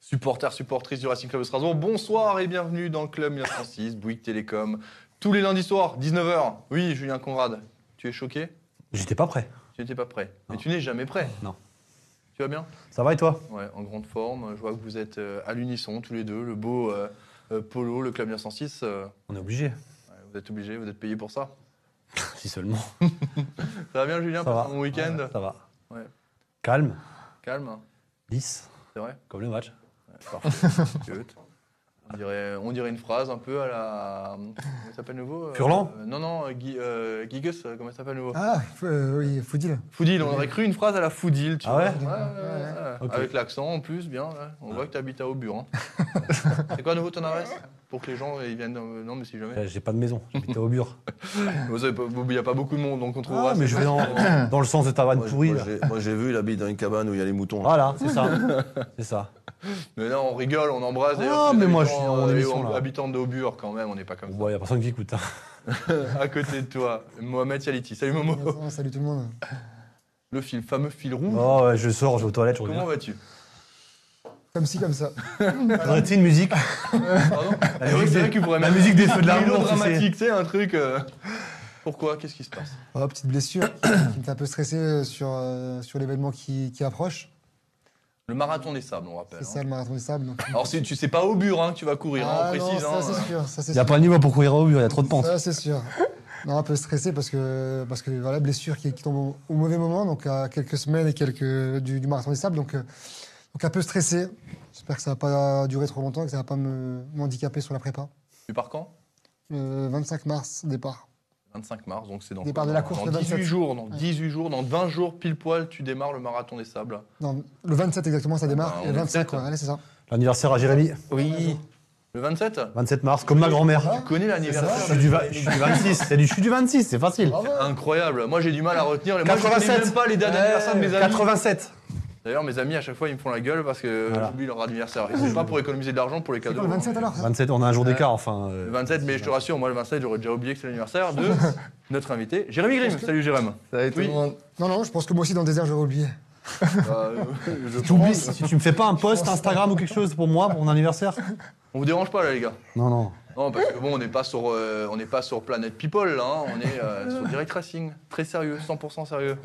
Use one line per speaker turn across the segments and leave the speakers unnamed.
supporters, supportrices du Racing Club de Strasbourg. Bonsoir et bienvenue dans le Club 1906, Bouygues Télécom. Tous les lundis soirs, 19h. Oui, Julien Conrad, tu es choqué
J'étais pas prêt.
Tu n'étais pas prêt. Mais
Non.
tu n'es jamais prêt.
Non.
Tu vas bien
Ça va et toi
Ouais, en grande forme. Je vois que vous êtes euh, à l'unisson tous les deux. Le beau euh, euh, Polo, le Club 1906. euh,
On est obligé.
ouais, vous êtes obligés, vous êtes payés pour ça.
Si seulement.
Ça va bien, Julien
ça va.
Passe un bon week-end
Ouais, ça va.
Ouais.
Calme,
Calme,
lisse,
c'est vrai
comme le match.
Cute. On dirait, on dirait une phrase un peu à la. Comment il s'appelle nouveau euh,
Furlan
euh, Non, non, Guy, euh, Guy Gus, euh, comment il s'appelle nouveau
Ah, f- euh, oui, Foudil.
Foodil, on aurait cru une phrase à la Foodil, tu
Ah
vois.
ouais
ouais, ouais.
Ok.
Avec l'accent en plus, bien. ouais. On voit que tu habites à Auburn. hein. c'est quoi à nouveau ton adresse Pour que les gens ils viennent. euh, Non, mais si jamais.
J'ai pas de maison, j'habite à Aubure.
Vous savez pas- vous- Il n'y a pas beaucoup de monde, donc on trouvera.
Ah, mais je vais dans, dans le sens de ta vanne
Moi, je-
pourrie. là.
moi, j'ai- Moi, j'ai vu, il habite dans une cabane où il y a les moutons.
Voilà, c'est ça. C'est ça.
Mais là, on rigole, on embrasse.
Ah,
d'ailleurs, tous les
mais moi,
habitants,
je suis dans mon
euh,
émission, là.
habitants d'Auburn quand même, on n'est pas comme
Bon, y a personne qui écoute. hein.
ça. à côté de toi, Mohamed Yaliti. Salut Momo.
Bonsoir, Salut tout le monde.
Le fil, fameux fil rouge.
Oh, ouais, je sors, je vais aux toilettes, je
Comment
reviens.
vas-tu
Comme ci, comme ça.
Faudrait-il une musique
Pardon
La
Eh oui,
musique
c'est
des-
vrai qu'il pourrait
la
mettre
musique des feux de
un
l'amour, tu sais.
dramatique, tu sais, un truc. euh, Pourquoi Qu'est-ce qui se passe
Oh, petite blessure qui me fait un peu stresser euh, sur, euh, sur l'événement qui, qui approche.
Le marathon des sables, on rappelle.
C'est ça
hein.
le marathon des sables. donc.
Alors, c'est- tu sais pas au bur hein, que tu vas courir, hein, on
Ah, non,
précise. hein.
ça c'est sûr. Ça c'est
Il n'y a
sûr.
pas de niveau pour courir à Aubure, il y a trop de pentes.
Ça c'est sûr. Non, un peu stressé parce que, parce que voilà, blessure qui, qui tombe au, au mauvais moment, donc à quelques semaines et quelques du, du marathon des sables. Donc, euh, donc un peu stressé. J'espère que ça va pas durer trop longtemps et que ça va pas me- m'handicaper sur la prépa.
Tu pars quand
Le 25 mars, départ.
25 mars, donc c'est dans,
Départ de la course
dans
le
18
27.
jours, dans 18 jours, dans 20 jours pile poil, tu démarres le marathon des sables.
Non, le 27 exactement, ça démarre.
bah,
et
on
le
est
25,
sept.
ouais, allez, c'est ça.
L'anniversaire à Jérémy,
Oui. Le 27
27 mars, comme ma grand-mère.
Tu connais
Ah.
Je
l'anniversaire
suis du, va- je suis du 26, c'est du, je suis du 26, c'est facile.
Incroyable. Moi, j'ai du mal à retenir. les- Euh, Moi, je
87.
connais même pas les dates d'anniversaire de mes amis.
87.
D'ailleurs, mes amis, à chaque fois, ils me font la gueule parce que
Voilà.
j'oublie leur anniversaire. Et c'est pas pour économiser de l'argent pour les
C'est
cadeaux.
quand le 27 alors
27, on a un jour d'écart, enfin.
Le
euh,
27, mais je te rassure, moi, le 27, j'aurais déjà oublié que c'est l'anniversaire de notre invité, Jérémy Grimm. Salut, Jérémy.
Salut
tout le
monde.
Non, non, je pense que moi aussi dans le désert j'aurais oublié.
Euh, je
Tu oublies, si tu me fais pas un post Instagram ou quelque chose pour moi, pour mon anniversaire
On vous dérange pas, là, les gars
Non, non.
Non, parce que bon, on n'est pas sur, euh, on n'est pas sur Planète People, là, hein. on est euh, sur Direct Racing, très sérieux, 100% sérieux.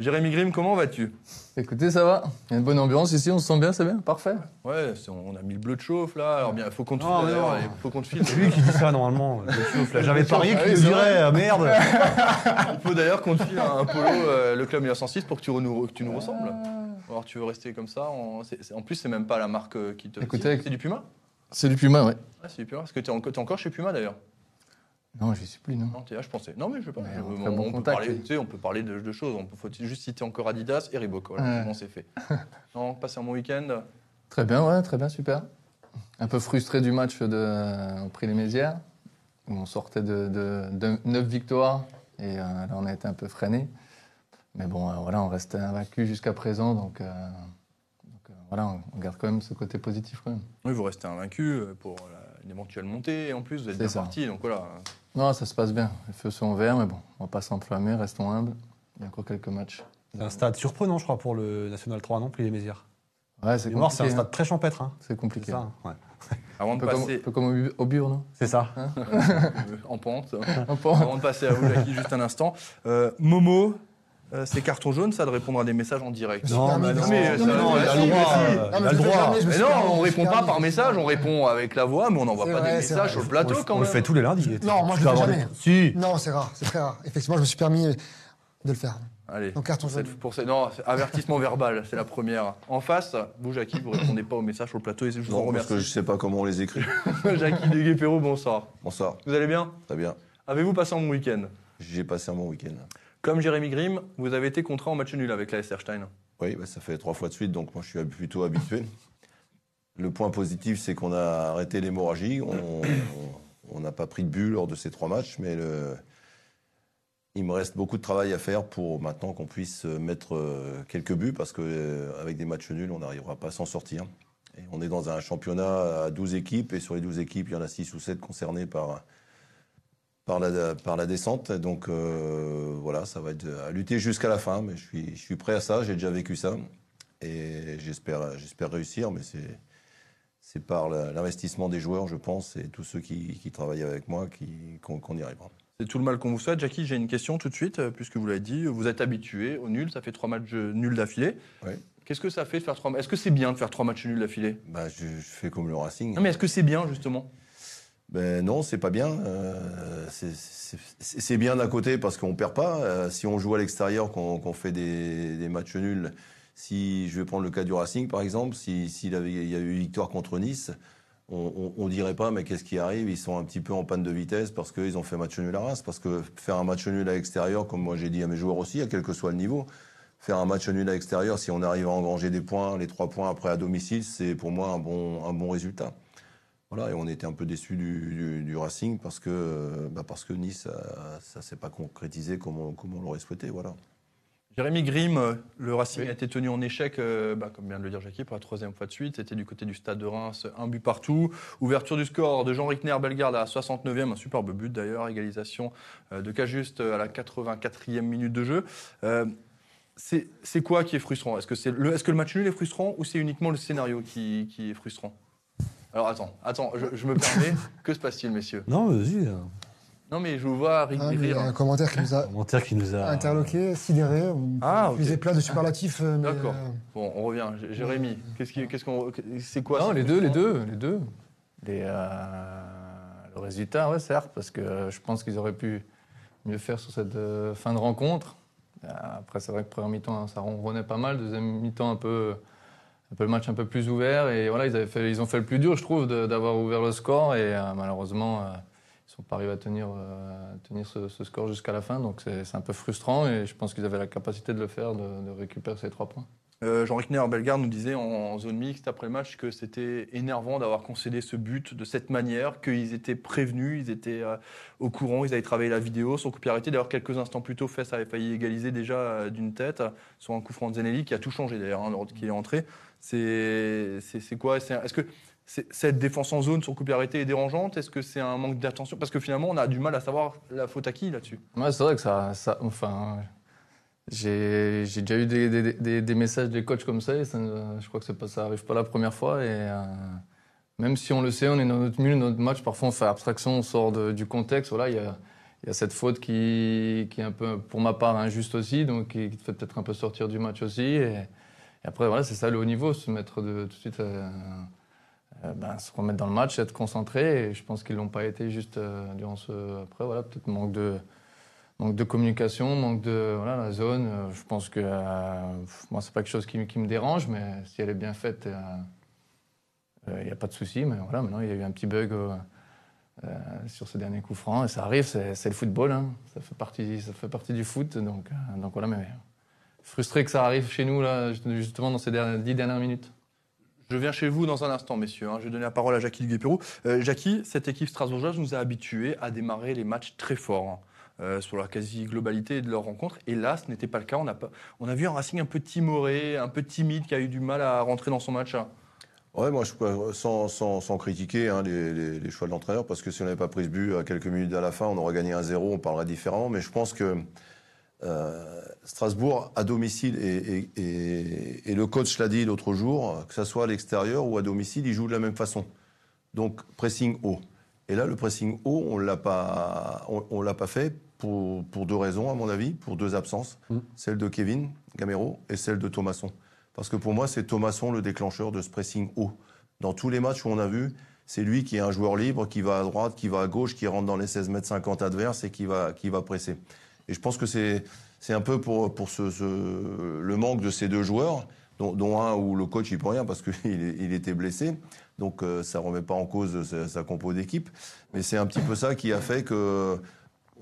Jérémy Grimm, comment vas-tu
Écoutez, ça va. Il y a une bonne ambiance ici, on se sent bien, c'est bien, parfait.
Ouais, c'est- on a mis le bleu de chauffe là. Alors bien, faut qu'on te
Non,
file.
mais
d'ailleurs,
non.
il faut qu'on te file.
C'est lui qui dit ça normalement. le souffle. J'avais parié
Ah
qu'il
oui,
nous
c'est
dirait euh, merde.
Il faut d'ailleurs qu'on te file un polo, euh, le club 1906, pour que tu nous, que tu nous ressembles. Alors tu veux rester comme ça En, c'est- c'est- en plus, c'est même pas la marque euh, qui te.
Écoutez-
c'est du Puma.
C'est du Puma, ouais.
Ah, c'est du Puma. Parce que t'es en- t'es encore chez Puma d'ailleurs.
Non, j'y suis plus, non.
Non, t'es là, je pensais. Non, mais je sais pas.
Ouais,
je-
on
on,
fait bon
peut
contact,
parler,
oui.
tu sais, on peut parler de, de choses. On peut, faut juste citer encore Adidas et Reebok. Voilà,
Ouais.
c'est bon, c'est fait. Non, passer un bon week-end.
Très bien, ouais, très bien, super. Un peu frustré du match de, euh, au Prix Les Mézières, où on sortait de, de, 9 victoires, et euh, là, on a été un peu freiné. Mais bon, euh, voilà, on restait invaincu jusqu'à présent, donc, euh, donc, euh, voilà, on, on garde quand même ce côté positif quand même.
Oui, vous restez invaincu euh, pour la- une éventuelle montée. Et en plus, vous êtes
C'est
bien
ça.
parti. Donc voilà.
Non, ça se passe bien. Les feux sont verts, mais bon, on va pas s'enflammer, restons humbles. Il y a encore quelques matchs.
C'est un stade surprenant, je crois, pour le National 3, non Plus les Mézières.
Ouais, c'est
Les morts, c'est un
compliqué. hein.
stade très champêtre. hein.
C'est
C'est
compliqué.
ça. ouais.
Avant
Un
de
peu, comme, un
passer
peu comme au bu- au bur, non
C'est ça.
euh, en pente.
Un peu.
Avant de passer à vous, Jackie, juste un instant. Euh, Momo, euh, c'est carton jaune, ça de répondre à des messages en direct.
Non, mais non,
mais ça,
non,
il a le
mais si,
droit,
mais si.
euh,
Non,
il
mais
a
je
le
vais
droit.
fermer, je me
Mais
suis
non, on
fermé, je me
répond
suis
pas
fermé.
par message, on répond avec la voix, mais on n'envoie
C'est
pas des
vrai, c'est
messages
vrai.
sur le
On
plateau
le-
quand
on le
même.
fait tous les lundis.
Non,
Tu peux
moi, je le fais
avoir
jamais.
des- Si.
Non, c'est rare, c'est très rare. Effectivement, je me suis permis euh, de le faire.
Allez.
Donc, carton
pour cette-
jaune.
pour cette- non, c'est avertissement verbal, c'est la première. En face, vous, Jackie, vous répondez pas aux messages sur le plateau et je vous en
Non, parce que je
remercie.
sais pas comment on les écrit.
Jackie Deguepero, bonsoir.
Bonsoir,
Vous allez bien
très bien.
Avez-vous passé un bon week-end
J'ai passé un bon week-end.
Comme Jérémy Grimm, vous avez été contraint en match nul avec la SR Stein.
Oui, bah, ça fait trois fois de suite, donc moi je suis plutôt habitué. Le point positif, c'est qu'on a arrêté l'hémorragie. On on n'a pas pris de but lors de ces trois matchs, mais le- il me reste beaucoup de travail à faire pour maintenant qu'on puisse mettre euh, quelques buts, parce qu'avec des matchs nuls, on n'arrivera pas à s'en sortir. Et on est dans un championnat à 12 équipes, et sur les 12 équipes, il y en a 6 ou 7 concernées par, par, la, par la descente. Et Donc euh, voilà, ça va être à lutter jusqu'à la fin, mais je suis, je suis prêt à ça, j'ai déjà vécu ça. Et j'espère j'espère réussir, mais c'est c'est par la- l'investissement des joueurs, je pense, et tous ceux qui, qui travaillent avec moi qui- qu'on qu'on y arrivera.
C'est tout le mal qu'on vous souhaite. Jackie, j'ai une question tout de suite, euh, puisque vous l'avez dit, vous êtes habitué au nul, ça fait trois matchs euh, nuls d'affilée.
Ouais.
Qu'est-ce que ça fait de faire trois Est-ce que c'est bien de faire trois matchs nuls d'affilée
Bah, je, je fais comme le Racing. hein.
Non, mais est-ce que c'est bien, justement
Ben non, c'est pas bien. Euh, c'est- c'est c'est- c'est bien d'un côté parce qu'on perd pas. Euh, si on joue à l'extérieur, qu'on qu'on fait des, des matchs nuls, si je vais prendre le cas du Racing par exemple, si- s'il avait- il y a eu victoire contre Nice, on, on- on dirait pas mais qu'est-ce qui arrive Ils sont un petit peu en panne de vitesse parce qu'ils ont fait match nul à Reims. Parce que faire un match nul à l'extérieur, comme moi j'ai dit à mes joueurs aussi, à quel que soit le niveau, faire un match nul à l'extérieur, si on arrive à engranger des points, les trois points après à domicile, c'est pour moi un bon, un bon résultat. Voilà, et on était un peu déçus du, du- du Racing parce que, euh, bah parce que Nice, euh, ça ne s'est pas concrétisé comme on, comme on l'aurait souhaité. Voilà.
Jérémy Grimm, euh, le Racing
Oui.
a été tenu en échec, euh, bah, comme vient de le dire Jackie, pour la troisième fois de suite. C'était du côté du stade de Reims, un but partout. Ouverture du score de Jean Rickner, Bellegarde à la 69e, un superbe but d'ailleurs. Égalisation euh, de Cajuste à la 84e minute de jeu. Euh, c'est c'est quoi qui est frustrant Est-ce que, c'est le, est que le match nul est frustrant ou c'est uniquement le scénario qui, qui est frustrant Alors attends, attends, je, je me permets. que se passe-t-il, messieurs
Non, mais vas-y. euh,
Non mais je vous vois ri-
Ah, mais il y
rire.
euh,
a un commentaire qui nous a
Commentaire qui nous a.
interloqués, sidérés. On
Ah, ok.
faisait plein de superlatifs. euh, mais,
D'accord.
euh,
Bon, on revient. J- Jérémy, qu'est-ce qui- qu'est-ce qu'on, c'est quoi
Non,
c'est
les
frustrant
deux, les deux, les deux. Les, euh, le résultat, ouais, certes, parce que euh, je pense qu'ils auraient pu mieux faire sur cette euh, fin de rencontre. Euh, Après, c'est vrai que première mi-temps, hein, ça ronronnait pas mal. Deuxième mi-temps, un peu, un peu le match un peu plus ouvert. Et voilà, ils, avaient fait, ils ont fait le plus dur, je trouve, de- d'avoir ouvert le score. Et euh, malheureusement, euh, ils sont pas arrivés à tenir, euh, à tenir ce, ce score jusqu'à la fin. Donc, c'est c'est un peu frustrant. Et je pense qu'ils avaient la capacité de le faire, de- de récupérer ces trois points.
Euh, Jean-Rickner Bellegarde nous disait en, en zone mixte après le match que c'était énervant d'avoir concédé ce but de cette manière, qu'ils étaient prévenus, ils étaient euh, au courant, ils avaient travaillé la vidéo, son coup de pied arrêté. D'ailleurs, quelques instants plus tôt, Fess avait failli égaliser déjà euh, d'une tête euh, sur un coup franc de Zanelli qui a tout changé d'ailleurs, hein, lors qu'il est entré. C'est c'est- c'est quoi C'est un- Est-ce que c'est- cette défense en zone sur coup de pied arrêté est dérangeante Est-ce que c'est un manque d'attention Parce que finalement, on a du mal à savoir la faute à qui là-dessus.
Ouais, c'est vrai que ça. ça enfin, j'ai j'ai déjà eu des, des- des- des messages des coachs comme ça, et ça ne- je crois que c'est pas, ça arrive pas la première fois. Et euh, même si on le sait, on est dans notre milieu, dans notre match, parfois on fait abstraction, on sort de- du contexte. Voilà, il y a, il y a cette faute qui, qui est un peu, pour ma part, injuste aussi, donc qui, qui te fait peut-être un peu sortir du match aussi. Et, et après, voilà, c'est ça le haut niveau, se mettre de, tout de suite. euh, euh, ben, se remettre dans le match, être concentré, et je pense qu'ils l'ont pas été juste euh, durant ce. Après, voilà, peut-être manque de, Manque de communication, manque de voilà, la zone. euh, je pense que euh, pff, moi, c'est pas quelque chose qui, me- qui me dérange, mais si elle est bien faite, il n'y a pas de souci. Mais voilà, maintenant, il y a eu un petit bug euh, euh, sur ce dernier coup franc, et ça arrive, c'est c'est le football. hein, ça, fait partie, ça fait partie du foot. Donc, euh, donc voilà, mais euh, frustré que ça arrive chez nous, là, justement, dans ces dernières- dix dernières minutes.
Je viens chez vous dans un instant, messieurs. hein. Je vais donner la parole à Jackie Duguay-Pérou. Euh, Jackie, cette équipe strasbourgeoise nous a habitués à démarrer les matchs très forts hein, euh, sur la quasi-globalité de leurs rencontres. Et là, ce n'était pas le cas. On a, pas- on a vu un Racing un peu timoré, un peu timide, qui a eu du mal à rentrer dans son match. hein.
Ouais, moi, je, sans, sans, sans critiquer hein, les, les- les choix de l'entraîneur, parce que si on n'avait pas pris ce but à quelques minutes à la fin, on aurait gagné un 0 on parlerait différemment. Mais je pense que euh, Strasbourg, à domicile, et, et- et- et le coach l'a dit l'autre jour, que ce soit à l'extérieur ou à domicile, ils jouent de la même façon. Donc, pressing haut. Et là, le pressing haut, on l'a pas, on, on l'a pas fait pour, pour deux raisons, à mon avis, pour deux absences. Celle de Kevin Gamero et celle de Thomasson. Parce que pour moi, c'est Thomasson le déclencheur de ce pressing haut. Dans tous les matchs où on a vu, c'est lui qui est un joueur libre, qui va à droite, qui va à gauche, qui rentre dans les 16 mètres 50 adverses et qui va, qui va presser. Et je pense que c'est, c'est un peu pour, pour ce, ce- le manque de ces deux joueurs, dont, dont un où le coach il peut rien parce qu'il est- il était blessé. Donc euh, ça remet pas en cause sa, sa compo d'équipe. Mais c'est un petit peu ça qui a fait que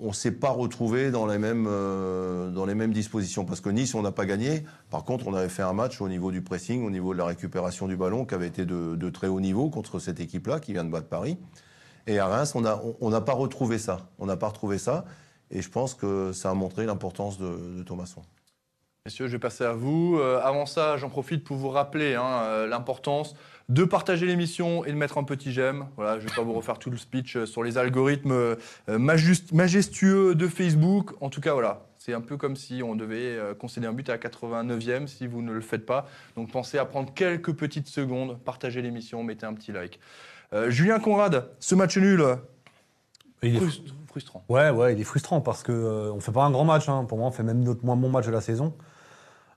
on ne s'est pas retrouvé dans les mêmes euh, dans les mêmes dispositions parce que Nice on n'a pas gagné. Par contre, on avait fait un match au niveau du pressing, au niveau de la récupération du ballon qui avait été de, de très haut niveau contre cette équipe là qui vient de battre Paris. Et à Reims, on n'a on- on n'a pas retrouvé ça. On n'a pas retrouvé ça. Et je pense que ça a montré l'importance de, de Thomasson.
Messieurs, je vais passer à vous. Euh, avant ça, j'en profite pour vous rappeler hein, euh, l'importance de partager l'émission et de mettre un petit j'aime. Voilà, je ne vais pas vous refaire tout le speech euh, sur les algorithmes euh, majus- majestueux de Facebook. En tout cas, voilà, C'est un peu comme si on devait euh, concéder un but à la 89e si vous ne le faites pas. Donc pensez à prendre quelques petites secondes, partagez l'émission, mettez un petit like. Euh, Julien Conrad, ce match nul, euh,
Il est fou.
frust- frustrant.
Ouais, ouais, il est frustrant parce que euh, on fait pas un grand match. hein. Pour moi, on fait même notre moins bon match de la saison.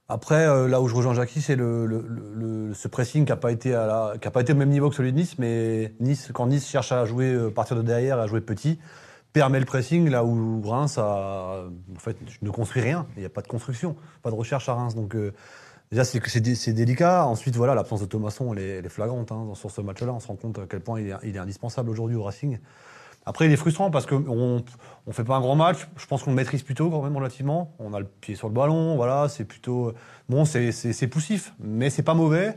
Après, euh, là où je rejoins Jackie, c'est le, le- le- le- ce pressing qui n'a pas, été à la- qui a pas été au même niveau que celui de Nice. Mais Nice, quand Nice cherche à jouer euh, partir de derrière, à jouer petit, permet le pressing là où Reims a, en fait, ne construit rien. Il n'y a pas de construction, pas de recherche à Reims. Donc, euh, déjà, c'est que c'est dé- c'est délicat. Ensuite, voilà, l'absence de Thomasson, elle est, elle est flagrante hein. sur ce match-là. On se rend compte à quel point il est, il est indispensable aujourd'hui au Racing. Après, il est frustrant parce qu'on on fait pas un grand match. Je pense qu'on le maîtrise plutôt quand même relativement. On a le pied sur le ballon, voilà. C'est plutôt bon, c'est- c'est c'est poussif, mais c'est pas mauvais.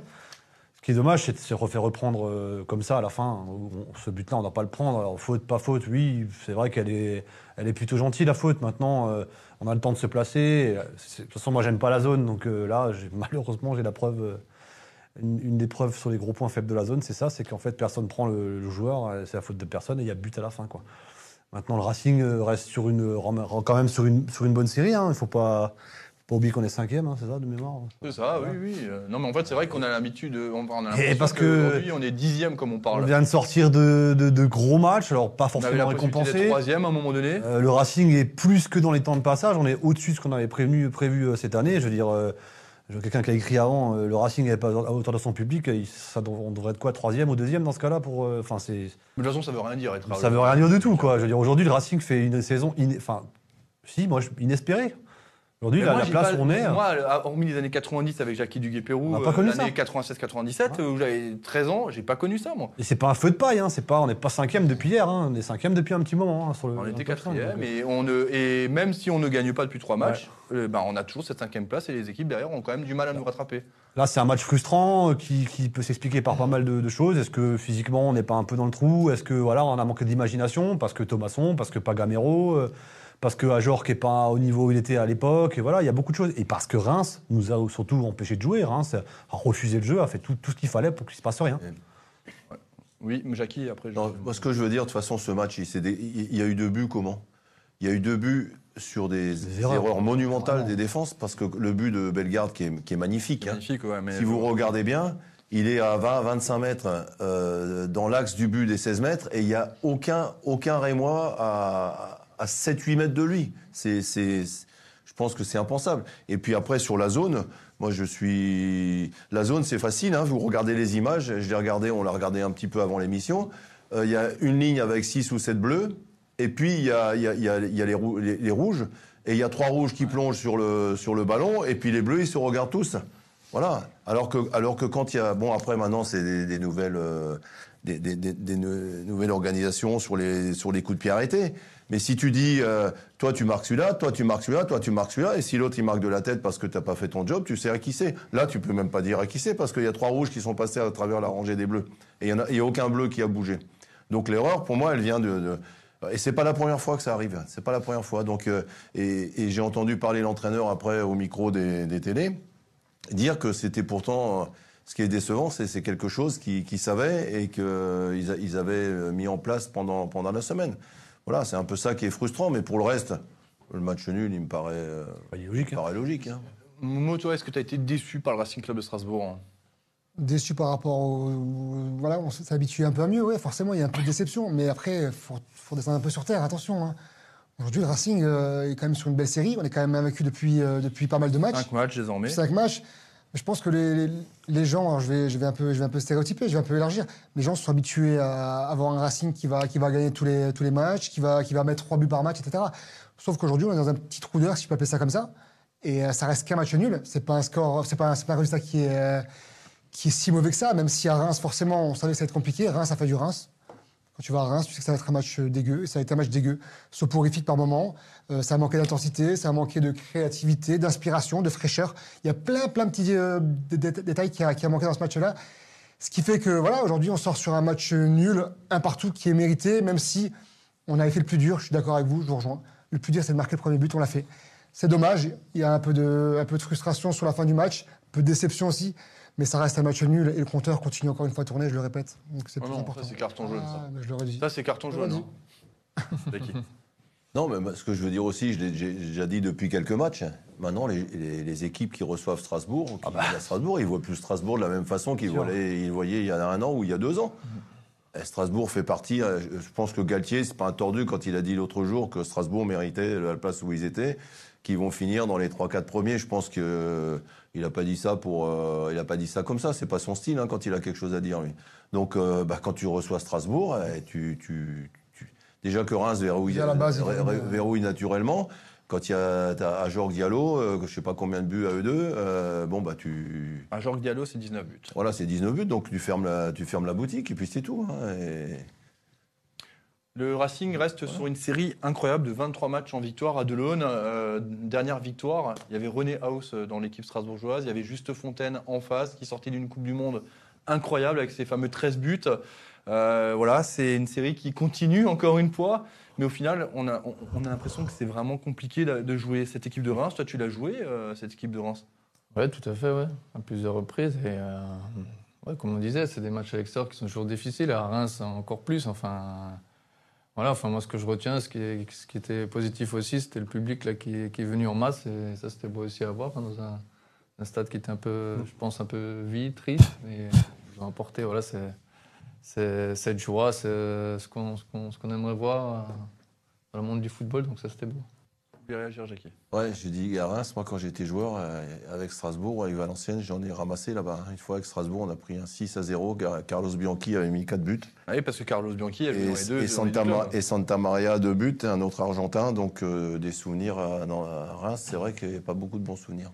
Ce qui est dommage, c'est de se refaire reprendre euh, comme ça à la fin. On- ce but-là, on ne doit pas le prendre. Alors, faute, pas faute, oui, c'est vrai qu'elle est, elle est plutôt gentille, la faute. Maintenant, euh, on a le temps de se placer. Et, euh, c'est- de toute façon, moi, j'aime pas la zone. Donc euh, là, j'ai- malheureusement, j'ai la preuve. euh, une, une des preuves sur les gros points faibles de la zone, c'est ça c'est qu'en fait, personne prend le, le joueur, euh, c'est la faute de personne et il y a but à la fin. quoi. Maintenant, le Racing euh, reste sur une, rem- quand même sur une, sur une bonne série. hein. Il ne faut pas, pas oublier qu'on est cinquième, hein, c'est ça, de mémoire
C'est ça, oui, oui. Euh, Non, mais en fait, c'est vrai qu'on a l'habitude, euh, on, on a
Et
l'impression
Eh, parce que-
qu'aujourd'hui, on est dixième comme on
On
parle.
vient de sortir de, de- de gros matchs, alors pas
On avait la
forcément
possibilité d'être
récompensés.
troisième à un moment donné.
Euh, le Racing est plus que dans les temps de passage. On est au-dessus de ce qu'on avait prévenu, prévu euh, cette année. Je veux dire, euh, je- quelqu'un qui a écrit avant, euh, le Racing n'est pas à hauteur de son public. euh, il- ça, dev- on devrait être quoi, troisième ou deuxième dans ce cas-là pour. euh, Enfin, c'est
Mais de toute façon, ça veut rien dire. Être
ça veut rien dire du tout, quoi. Je veux dire, aujourd'hui, le Racing fait une saison, iné- enfin, si, moi, je- inespérée. Aujourd'hui,
Mais
la,
moi,
la
j'ai
place
pas-
où on est. euh,
Moi, le- hormis les années 90 avec Jackie Duguay-Pérou, euh,
On n'a pas connu
l'année
ça.
96-97, où j'avais 13 ans, j'ai pas connu ça, moi.
Et c'est pas un feu de paille, hein, c'est pas, on n'est pas cinquième depuis hier, hein, on est cinquième depuis un petit moment. hein, sur le,
On
dans
était
le top cinq,
quatrième
donc, euh,
et, on ne- et même si on ne gagne pas depuis trois matchs, euh, ben, on a toujours cette cinquième place et les équipes derrière ont quand même du mal à nous rattraper.
Là, c'est un match frustrant euh, qui, qui peut s'expliquer par pas mal de, de choses. Est-ce que physiquement, on n'est pas un peu dans le trou Est-ce que voilà, on a manqué d'imagination Parce que Thomasson, parce que Pagamero, euh, parce que Ajor qui n'est pas au niveau où il était à l'époque. Et voilà, il y a beaucoup de choses. Et parce que Reims nous a surtout empêché de jouer. Reims a refusé le jeu, a fait tout, tout ce qu'il fallait pour qu'il se passe rien.
Oui, mais Jackie, après, je-
Non, moi, ce que je veux dire, de toute façon, ce match, il, s'est dé- il- il y a eu deux buts comment Il y a eu deux buts sur des,
Des
erreurs,
erreurs.
monumentales
Vraiment.
des défenses, parce que le but de Bellegarde, qui est, qui est magnifique, hein,
magnifique, ouais, mais
si vous regardez bien, il est à 20-25 mètres euh, dans l'axe du but des 16 mètres, et il n'y a aucun, aucun Rémois à, à 7-8 mètres de lui. C'est, c'est- je pense que c'est impensable. Et puis après, sur la zone, moi je suis... La zone, c'est facile, hein, vous regardez les images, je l'ai regardé, on l'a regardé un petit peu avant l'émission. Euh, Il y a une ligne avec 6 ou 7 bleus, et puis il y a, il y a- il y a- il y a les, rou- les- les rouges, et il y a trois rouges qui plongent sur le, sur le ballon, et puis les bleus, ils se regardent tous. Voilà. Alors que, alors que quand il y a. Bon, après, maintenant, c'est des, des nouvelles. euh, des, des- des- des nou- nouvelles organisations sur les, sur les coups de pied arrêtés. Mais si tu dis, euh, toi tu marques celui-là, toi tu marques celui-là, toi tu marques celui-là, et si l'autre il marque de la tête parce que t'as pas fait ton job, tu sais à qui c'est. Là, tu peux même pas dire à qui c'est parce qu'il y a trois rouges qui sont passés à travers la rangée des bleus. Et il n'y a, aucun bleu qui a bougé. Donc l'erreur, pour moi, elle vient de. de- et c'est pas la première fois que ça arrive. C'est pas la première fois. Donc, euh, et, et j'ai entendu parler l'entraîneur après au micro des, des télés dire que c'était pourtant euh, ce qui est décevant, c'est c'est quelque chose qu'ils qu'ils savaient et qu'ils ils avaient euh, mis en place pendant, pendant la semaine. Voilà, c'est un peu ça qui est frustrant, mais pour le reste, le match nul, il me paraît, euh,
Il est logique.
il me
hein.
paraît logique. hein.
Momo, toi, est-ce que tu as été déçu par le Racing Club de Strasbourg hein
Déçu par rapport au. au- Voilà, on s'est habitué un peu à mieux, ouais, forcément, il y a un peu de déception. Mais après, il faut, faut descendre un peu sur terre, attention. hein. Aujourd'hui, le Racing euh, est quand même sur une belle série. On est quand même invaincu depuis, euh, depuis pas mal de matchs.
Cinq matchs désormais.
Cinq matchs. Je pense que les, les- les gens, alors je vais, je, vais un peu, je vais un peu stéréotyper, je vais un peu élargir. Les gens sont habitués à avoir un Racing qui va, qui va gagner tous les, tous les matchs, qui va, qui va mettre trois buts par match, etc. Sauf qu'aujourd'hui, on est dans un petit trou d'heure, si je peux appeler ça comme ça. Et euh, ça reste qu'un match nul. C'est pas un score, c'est pas, un- c'est pas un résultat qui est, euh, qui est si mauvais que ça. Même si à Reims, forcément, on savait que ça allait être compliqué. Reims, ça fait du Reims. Quand tu vas à Reims, tu sais que ça va être un match euh, dégueu. Et ça a été un match dégueu, soporifique par moment. Euh, ça a manqué d'intensité, ça a manqué de créativité, d'inspiration, de fraîcheur. Il y a plein, plein de petits euh, dé- dé- détails qui a, qui a manqué dans ce match-là. Ce qui fait que, voilà, aujourd'hui, on sort sur un match euh, nul, un partout qui est mérité, même si on avait fait le plus dur. Je suis d'accord avec vous, je vous rejoins. Le plus dur, c'est de marquer le premier but, on l'a fait. C'est dommage. Il y a un peu, de, un peu de frustration sur la fin du match, un peu de déception aussi. Mais ça reste un match nul et le compteur continue encore une fois de tourner, je le répète. Donc c'est
Ah
plus
non,
important.
ça, c'est carton jaune, hein. ça.
Ah, mais je l'aurais dit.
Ça, c'est carton
Je l'aurais
jaune. hein. Jackie.
Non, mais bah, ce que je veux dire aussi, je l'ai j'ai déjà dit depuis quelques matchs, hein. maintenant, les, les- les équipes qui reçoivent Strasbourg, qui viennent à Strasbourg, ils voient plus Strasbourg de la même façon qu'ils
Sûr.
voyaient, ils voyaient il y a un an ou il y a deux ans. Et Eh, Strasbourg fait partie, euh, je je pense que Galtier, c'est pas un tordu quand il a dit l'autre jour que Strasbourg méritait la place où ils étaient, qu'ils vont finir dans les 3-4 premiers. Je pense que euh, il a pas dit ça pour, euh, il a pas dit ça comme ça, c'est pas son style hein, quand il a quelque chose à dire, lui. Donc, euh, bah, quand tu reçois Strasbourg, eh, tu, tu- tu- déjà que Reims verrouille,
Déjà, à la base, ils
ver-
ont
ver-
une- euh,
verrouille naturellement. Quand il y a t'as à Jorg Diallo, euh, je sais pas combien de buts à eux deux, euh, bon bah tu,
Un Jorg Ah, Diallo, c'est 19 buts.
voilà, c'est 19 buts, donc tu fermes la, tu fermes la boutique et puis c'est tout. hein, et-
Le Racing reste sur une série incroyable de 23 matchs en victoire à Delaune. Euh, dernière victoire, il y avait René House dans l'équipe strasbourgeoise, il y avait Juste Fontaine en face qui sortait d'une Coupe du Monde incroyable avec ses fameux 13 buts. Euh, voilà, c'est une série qui continue encore une fois, mais au final, on a, on, on a l'impression que c'est vraiment compliqué de, de jouer cette équipe de Reims. Toi, tu l'as jouée, euh, cette équipe de Reims
Ouais, tout à fait, ouais. À plusieurs reprises. Et euh, ouais, comme on disait, c'est des matchs à l'extérieur qui sont toujours difficiles. À Reims, encore plus. Enfin, voilà, enfin, moi, ce que je retiens, ce qui, est- ce qui était positif aussi, c'était le public là, qui, qui est venu en masse. Et ça, c'était beau aussi à voir hein, dans un, un stade qui était un peu, je pense, un peu vide, triste. Et ils ont apporté, voilà, c'est. c'est cette joie, c'est ce qu'on ce qu'on- ce qu'on aimerait voir euh, dans le monde du football, donc ça c'était beau.
Vous voulez réagir, Jackie
Ouais, j'ai dit à Reims, moi quand j'étais joueur, euh, avec Strasbourg, avec Valenciennes, j'en ai ramassé là-bas. hein. Une fois avec Strasbourg, on a pris un 6 à 0. Gar- Carlos Bianchi avait mis 4 buts.
Ah Oui, parce que Carlos Bianchi a joué dans les deux.
Et, et
dans les deux
Santa, Ma-
clubs.
et Santa Maria, 2 buts, un autre argentin. Donc euh, des souvenirs à, non, à Reims, c'est vrai qu'il n'y a pas beaucoup de bons souvenirs.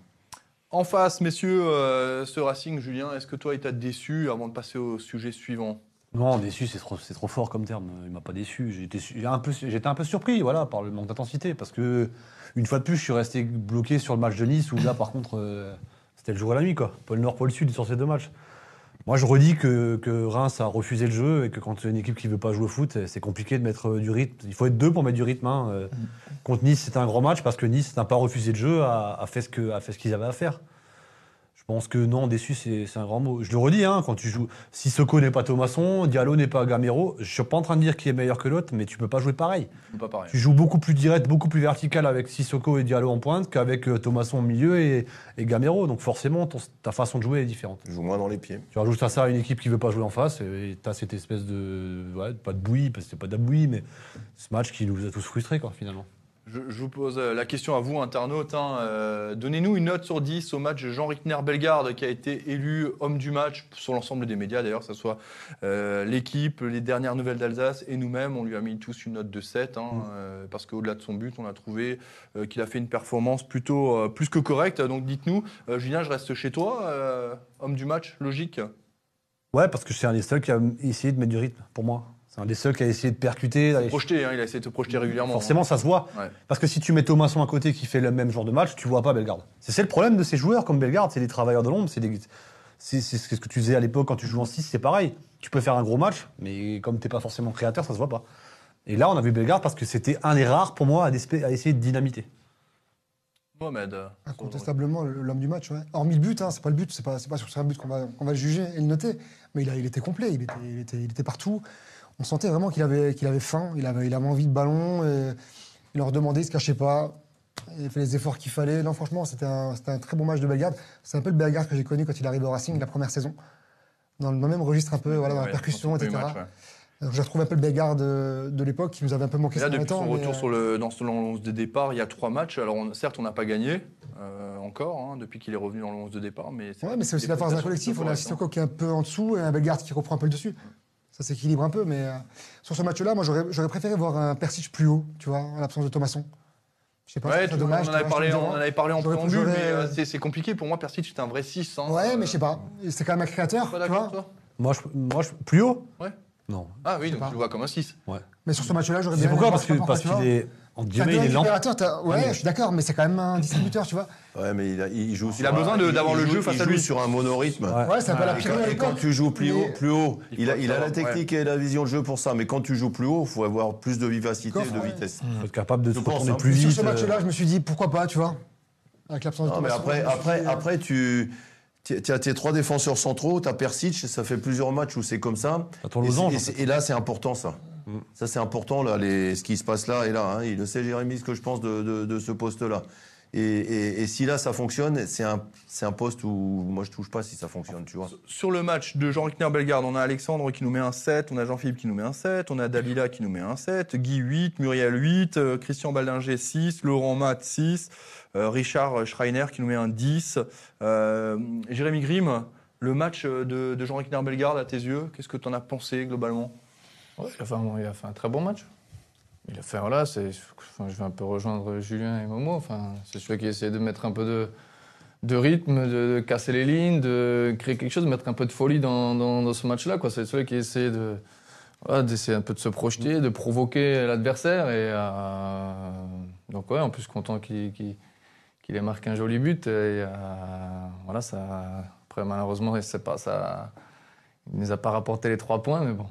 En face, messieurs, euh, ce Racing, Julien, est-ce que toi, il t'a déçu avant de passer au sujet suivant
Non, déçu, c'est trop, c'est trop fort comme terme. Il m'a pas déçu. J'étais su- j'ai un peu, j'étais un peu surpris, voilà, par le manque d'intensité, parce que une fois de plus, je suis resté bloqué sur le match de Nice, où là, par contre, euh, c'était le jour et la nuit, quoi. Pôle Nord, pôle Sud sur ces deux matchs. Moi, je redis que, que Reims a refusé le jeu et que quand c'est une équipe qui veut pas jouer au foot, c'est compliqué de mettre euh, du rythme. Il faut être deux pour mettre du rythme. hein. Euh, Contre Nice, c'était un grand match parce que Nice n'a pas refusé le jeu, a, a fait ce que- a fait ce qu'ils avaient à faire. Je pense que non, déçu, c'est c'est un grand mot. Je le redis, hein, quand tu joues. Si Soko n'est pas Thomasson, Diallo n'est pas Gamero, je suis pas en train de dire qui est meilleur que l'autre, mais tu peux pas jouer pareil.
Pas pareil.
Tu joues beaucoup plus direct, beaucoup plus vertical avec Sissoko et Diallo en pointe qu'avec euh, Thomasson au milieu et, et Gamero. Donc forcément, ton- ta façon de jouer est différente.
Je joue moins dans les pieds.
Tu rajoutes à ça une équipe qui veut pas jouer en face et t'as cette espèce de ouais, pas de bouillie parce que c'est pas de la bouillie, mais ce match qui nous a tous frustrés quoi finalement.
Je, je vous pose euh, la question à vous, internaute. hein. Euh, Donnez-nous une note sur 10 au match de Jean Rickner Bellegarde, qui a été élu homme du match sur l'ensemble des médias, d'ailleurs, que ce soit euh, l'équipe, les dernières nouvelles d'Alsace et nous-mêmes. On lui a mis tous une note de 7, hein, euh, parce qu'au-delà de son but, on a trouvé euh, qu'il a fait une performance plutôt euh, plus que correcte. Donc dites-nous, euh, Julien, je reste chez toi, euh, homme du match, logique
Ouais parce que c'est un des seuls qui a essayé de mettre du rythme pour moi. C'est un des seuls qui a essayé de percuter. d'aller-
projeté, hein, il a essayé de te projeter régulièrement.
hein.
Forcément ça se voit.
Ouais.
Parce que si tu mets Thomasson à côté qui fait le même genre de match, tu vois pas Bellegarde. C'est c'est le problème de ces joueurs comme Bellegarde, c'est des travailleurs de l'ombre, c'est des- c'est c'est ce que tu faisais à l'époque quand tu jouais en 6, c'est pareil. Tu peux faire un gros match, mais comme t'es pas forcément créateur, ça se voit pas. Et là, on a vu Bellegarde parce que c'était un des rares pour moi à, déspe- à essayer de dynamiter.
Mohamed. euh,
Incontestablement, le- l'homme du match, ouais. hormis le but, hein, c'est pas le but, c'est pas, c'est pas sur ce but qu'on va, qu'on va le juger et le noter, mais il, a- il était complet, il était, il était, il était partout. On sentait vraiment qu'il avait, qu'il avait faim, il avait, il avait envie de ballon, et il leur demandait, il se cachait pas, il fait les efforts qu'il fallait. Non, franchement, c'était un, c'était un très bon match de Bellegarde. C'est un peu le Bellegarde que j'ai connu quand il arrive au Racing, la première saison. Dans le même registre un peu, voilà, dans
ouais,
la percussion,
on s'en fout
etc.
du match, ouais.
Donc, je retrouve un peu le Bellegarde euh, de l'époque qui nous avait un peu manqué
Et là,
ces derniers
depuis son
temps, mais,
retour
euh,
sur le, dans le 11 de départ, il y a trois matchs. Alors, on- certes, on n'a pas gagné euh, encore, hein, depuis qu'il est revenu dans le 11 de départ. Mais
Ouais, mais c'est aussi
des
la force d'un
prestations hein.
collectif. On a
plutôt correctes,
Sissoko qui est un peu en dessous et un Bellegarde qui reprend un peu le dessus. Ça s'équilibre un peu, mais euh, sur ce match-là, moi j'aurais j'aurais préféré voir un Persic plus haut, tu vois, en l'absence de Thomasson. Je sais
hein.
pas,
Ouais,
c'est
tu-
très dommage.
on, en
tu
avait
vois,
parlé,
je te
on en
dirais.
avait parlé en
hein. J'aurais-
préambule, mais
j'aurais-
euh, c'est c'est compliqué. Pour moi, Persic, c'est un vrai 6. hein.
Ouais, mais
Euh,
je sais pas. C'est quand même un créateur,
Pas
tu
d'accord,
vois.
toi
Moi, je, moi je- plus haut
Ouais.
Non.
Ah oui, donc
pas.
tu le vois comme un 6.
Ouais.
Mais sur ce match-là, j'aurais
C'est
bien
pourquoi
aimé
Parce que
voir
parce
Papa, tu
qu'il
vois.
est entre
T'as
guillemets,
deux
il est lent.
récupérateurs, t'as-
Ouais,
Ouais,
mais-
je suis d'accord, mais c'est quand même un distributeur, tu vois.
Ouais, mais il, a- il joue sur
a
un-
besoin de- d'avoir
il
le
joue-
jeu face
il
à
joue
lui.
sur un monorythme.
Ouais.
Ouais, c'est un peu la
Et
pire
quand,
à
et quand
l'époque,
tu joues
mais-
plus haut, plus haut,
Il faut
il a, il a la
savoir,
technique et la vision de jeu pour ça. Mais quand tu joues plus haut, il faut avoir plus de vivacité,
Coffre,
de
ouais.
vitesse.
Il faut être capable de
Je
se
pense,
retourner
hein.
plus
Et
Sur
vite.
ce match-là, je me suis dit, pourquoi pas, tu vois. Avec l'absence de
Non, mais
Thomasson.
après,
je me suis
après,
hein.
dit, euh,
après, tu tu as tes trois défenseurs centraux, tu as Persic, ça fait plusieurs matchs où c'est comme ça.
Ça tourne
Et
aux
c'est-
anges,
et
en
c'est- et là, c'est important ça.
Mm.
Ça, c'est important, là, les, ce qui se passe là et là. hein. Il le sait, Jérémy, ce que je pense de, de- de ce poste-là. Et, et- et si là, ça fonctionne, c'est un, c'est un poste où moi, je touche pas si ça fonctionne, tu vois.
Sur le match de Jean-Rickner Bellegarde, on a Alexandre qui nous met un 7, on a Jean-Philippe qui nous met un 7, on a Dalila qui nous met un 7, Guy 8, Muriel 8, euh, Christian Baldinger 6, Laurent Matt 6, euh, Richard Schreiner qui nous met un 10, euh, Jérémy Grimm. Le match euh, de, de Jean-Rickner Bellegarde, à tes yeux, qu'est-ce que tu en as pensé globalement
Ouais, il, a fait un, il a fait un très bon match. Il a fait, voilà, c'est, enfin, je vais un peu rejoindre Julien et Momo. Enfin, c'est celui qui essaie de mettre un peu de, de rythme, de, de casser les lignes, de créer quelque chose, de mettre un peu de folie dans, dans- dans ce match-là. Quoi. C'est celui qui essaie de, voilà, d'essayer un peu de se projeter, de provoquer l'adversaire. Et, euh, donc, ouais, en plus, content qu'il, qu'il, qu'il ait marqué un joli but. Et, euh, voilà, ça, après, malheureusement, c'est pas, ça, il ne nous a pas rapporté les trois points, mais bon.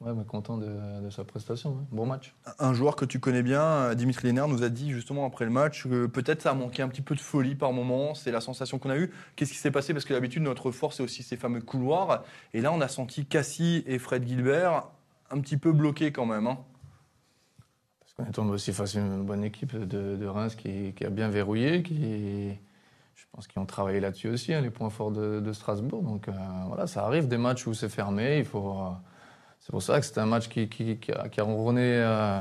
Ouais, mais content de, de sa prestation. ouais. Bon match.
Un joueur que tu connais bien, euh, Dimitri Lénard, nous a dit justement après le match que peut-être ça a manqué un petit peu de folie par moment, c'est la sensation qu'on a eue. Qu'est-ce qui s'est passé Parce que d'habitude, notre force, c'est aussi ces fameux couloirs. Et là, on a senti Cassie et Fred Gilbert un petit peu bloqués quand même. hein.
Parce qu'on est tombé aussi face à une bonne équipe de, de Reims qui, qui a bien verrouillé, qui, je pense qu'ils ont travaillé là-dessus aussi, hein, les points forts de, de Strasbourg. Donc euh, voilà, ça arrive des matchs où c'est fermé. Il faut. euh, c'est pour ça que c'était un match qui, qui, qui a, qui a ronronné euh,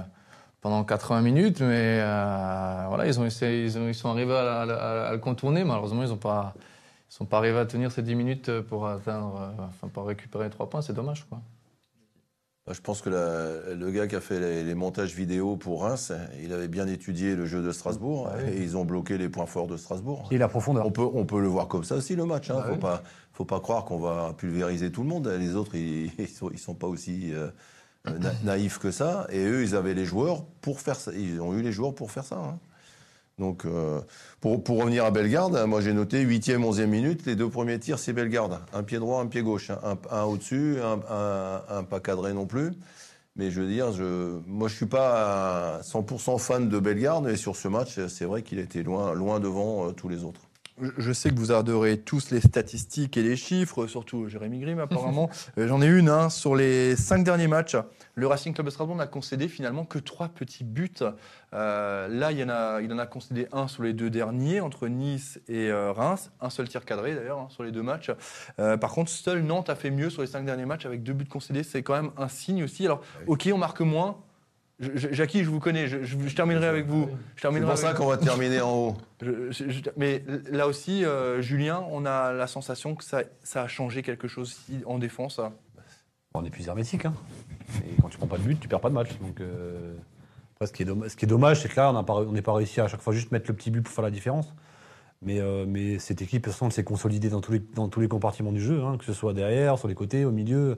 pendant 80 minutes, mais euh, voilà, ils ont essayé, ils, ont- ils sont arrivés à, la- à la- à le contourner. Malheureusement, ils ont pas. Ils sont pas arrivés à tenir ces 10 minutes pour atteindre, euh, enfin pour récupérer les 3 points, c'est dommage quoi.
Bah, Je pense que la- le gars qui a fait les, les montages vidéo pour Reims, il avait bien étudié le jeu de Strasbourg
Ouais.
et ils ont bloqué les points forts de Strasbourg.
Et la profondeur.
On peut, on peut le voir comme ça aussi, le match. hein.
Bah
faut,
oui.
pas, faut pas croire qu'on va pulvériser tout le monde. Les autres, ils, ils, sont, ils sont pas aussi euh, na- naïfs que ça. Et eux, ils avaient les joueurs pour faire ça. Ils ont eu les joueurs pour faire ça. hein. Donc, euh, pour, pour revenir à Bellegarde, hein, moi j'ai noté 8e, 11e minute, les deux premiers tirs, c'est Bellegarde. Un pied droit, un pied gauche. hein. Un, un au-dessus, un, un- un pas cadré non plus. Mais je veux dire, je, moi je suis pas à 100% fan de Bellegarde, et sur ce match, c'est vrai qu'il était loin, loin devant euh, tous les autres.
Je- Je sais que vous adorez tous les statistiques et les chiffres, surtout Jérémy Grimm apparemment. Euh, J'en ai une hein, sur les cinq derniers matchs. Le Racing Club de Strasbourg n'a concédé finalement que trois petits buts. Euh, là, il, y en a, il en a concédé un sur les deux derniers, entre Nice et euh, Reims. Un seul tir cadré d'ailleurs hein, sur les deux matchs. Euh, par contre, seul Nantes a fait mieux sur les cinq derniers matchs avec deux buts concédés. C'est quand même un signe aussi. Alors,
Ah
ok, on marque moins. Je- je- Jackie, je vous connais, je, je- je terminerai avec vous. Je
C'est
terminerai
pour
avec
ça
vous.
qu'on va terminer en haut.
Je- je- je- mais là aussi, euh, Julien, on a la sensation que ça, ça a changé quelque chose si- en défense. ça.
On est plus hermétique. Hein. Et quand tu prends pas de but, tu perds pas de match. Donc, euh, après, ce qui est dommage, ce qui est dommage, c'est que là, on n'a pas- on n'est pas réussi à, à chaque fois juste mettre le petit but pour faire la différence. Mais, euh, mais cette équipe, de toute façon, elle s'est consolidée dans tous les, dans tous les compartiments du jeu, hein, que ce soit derrière, sur les côtés, au milieu.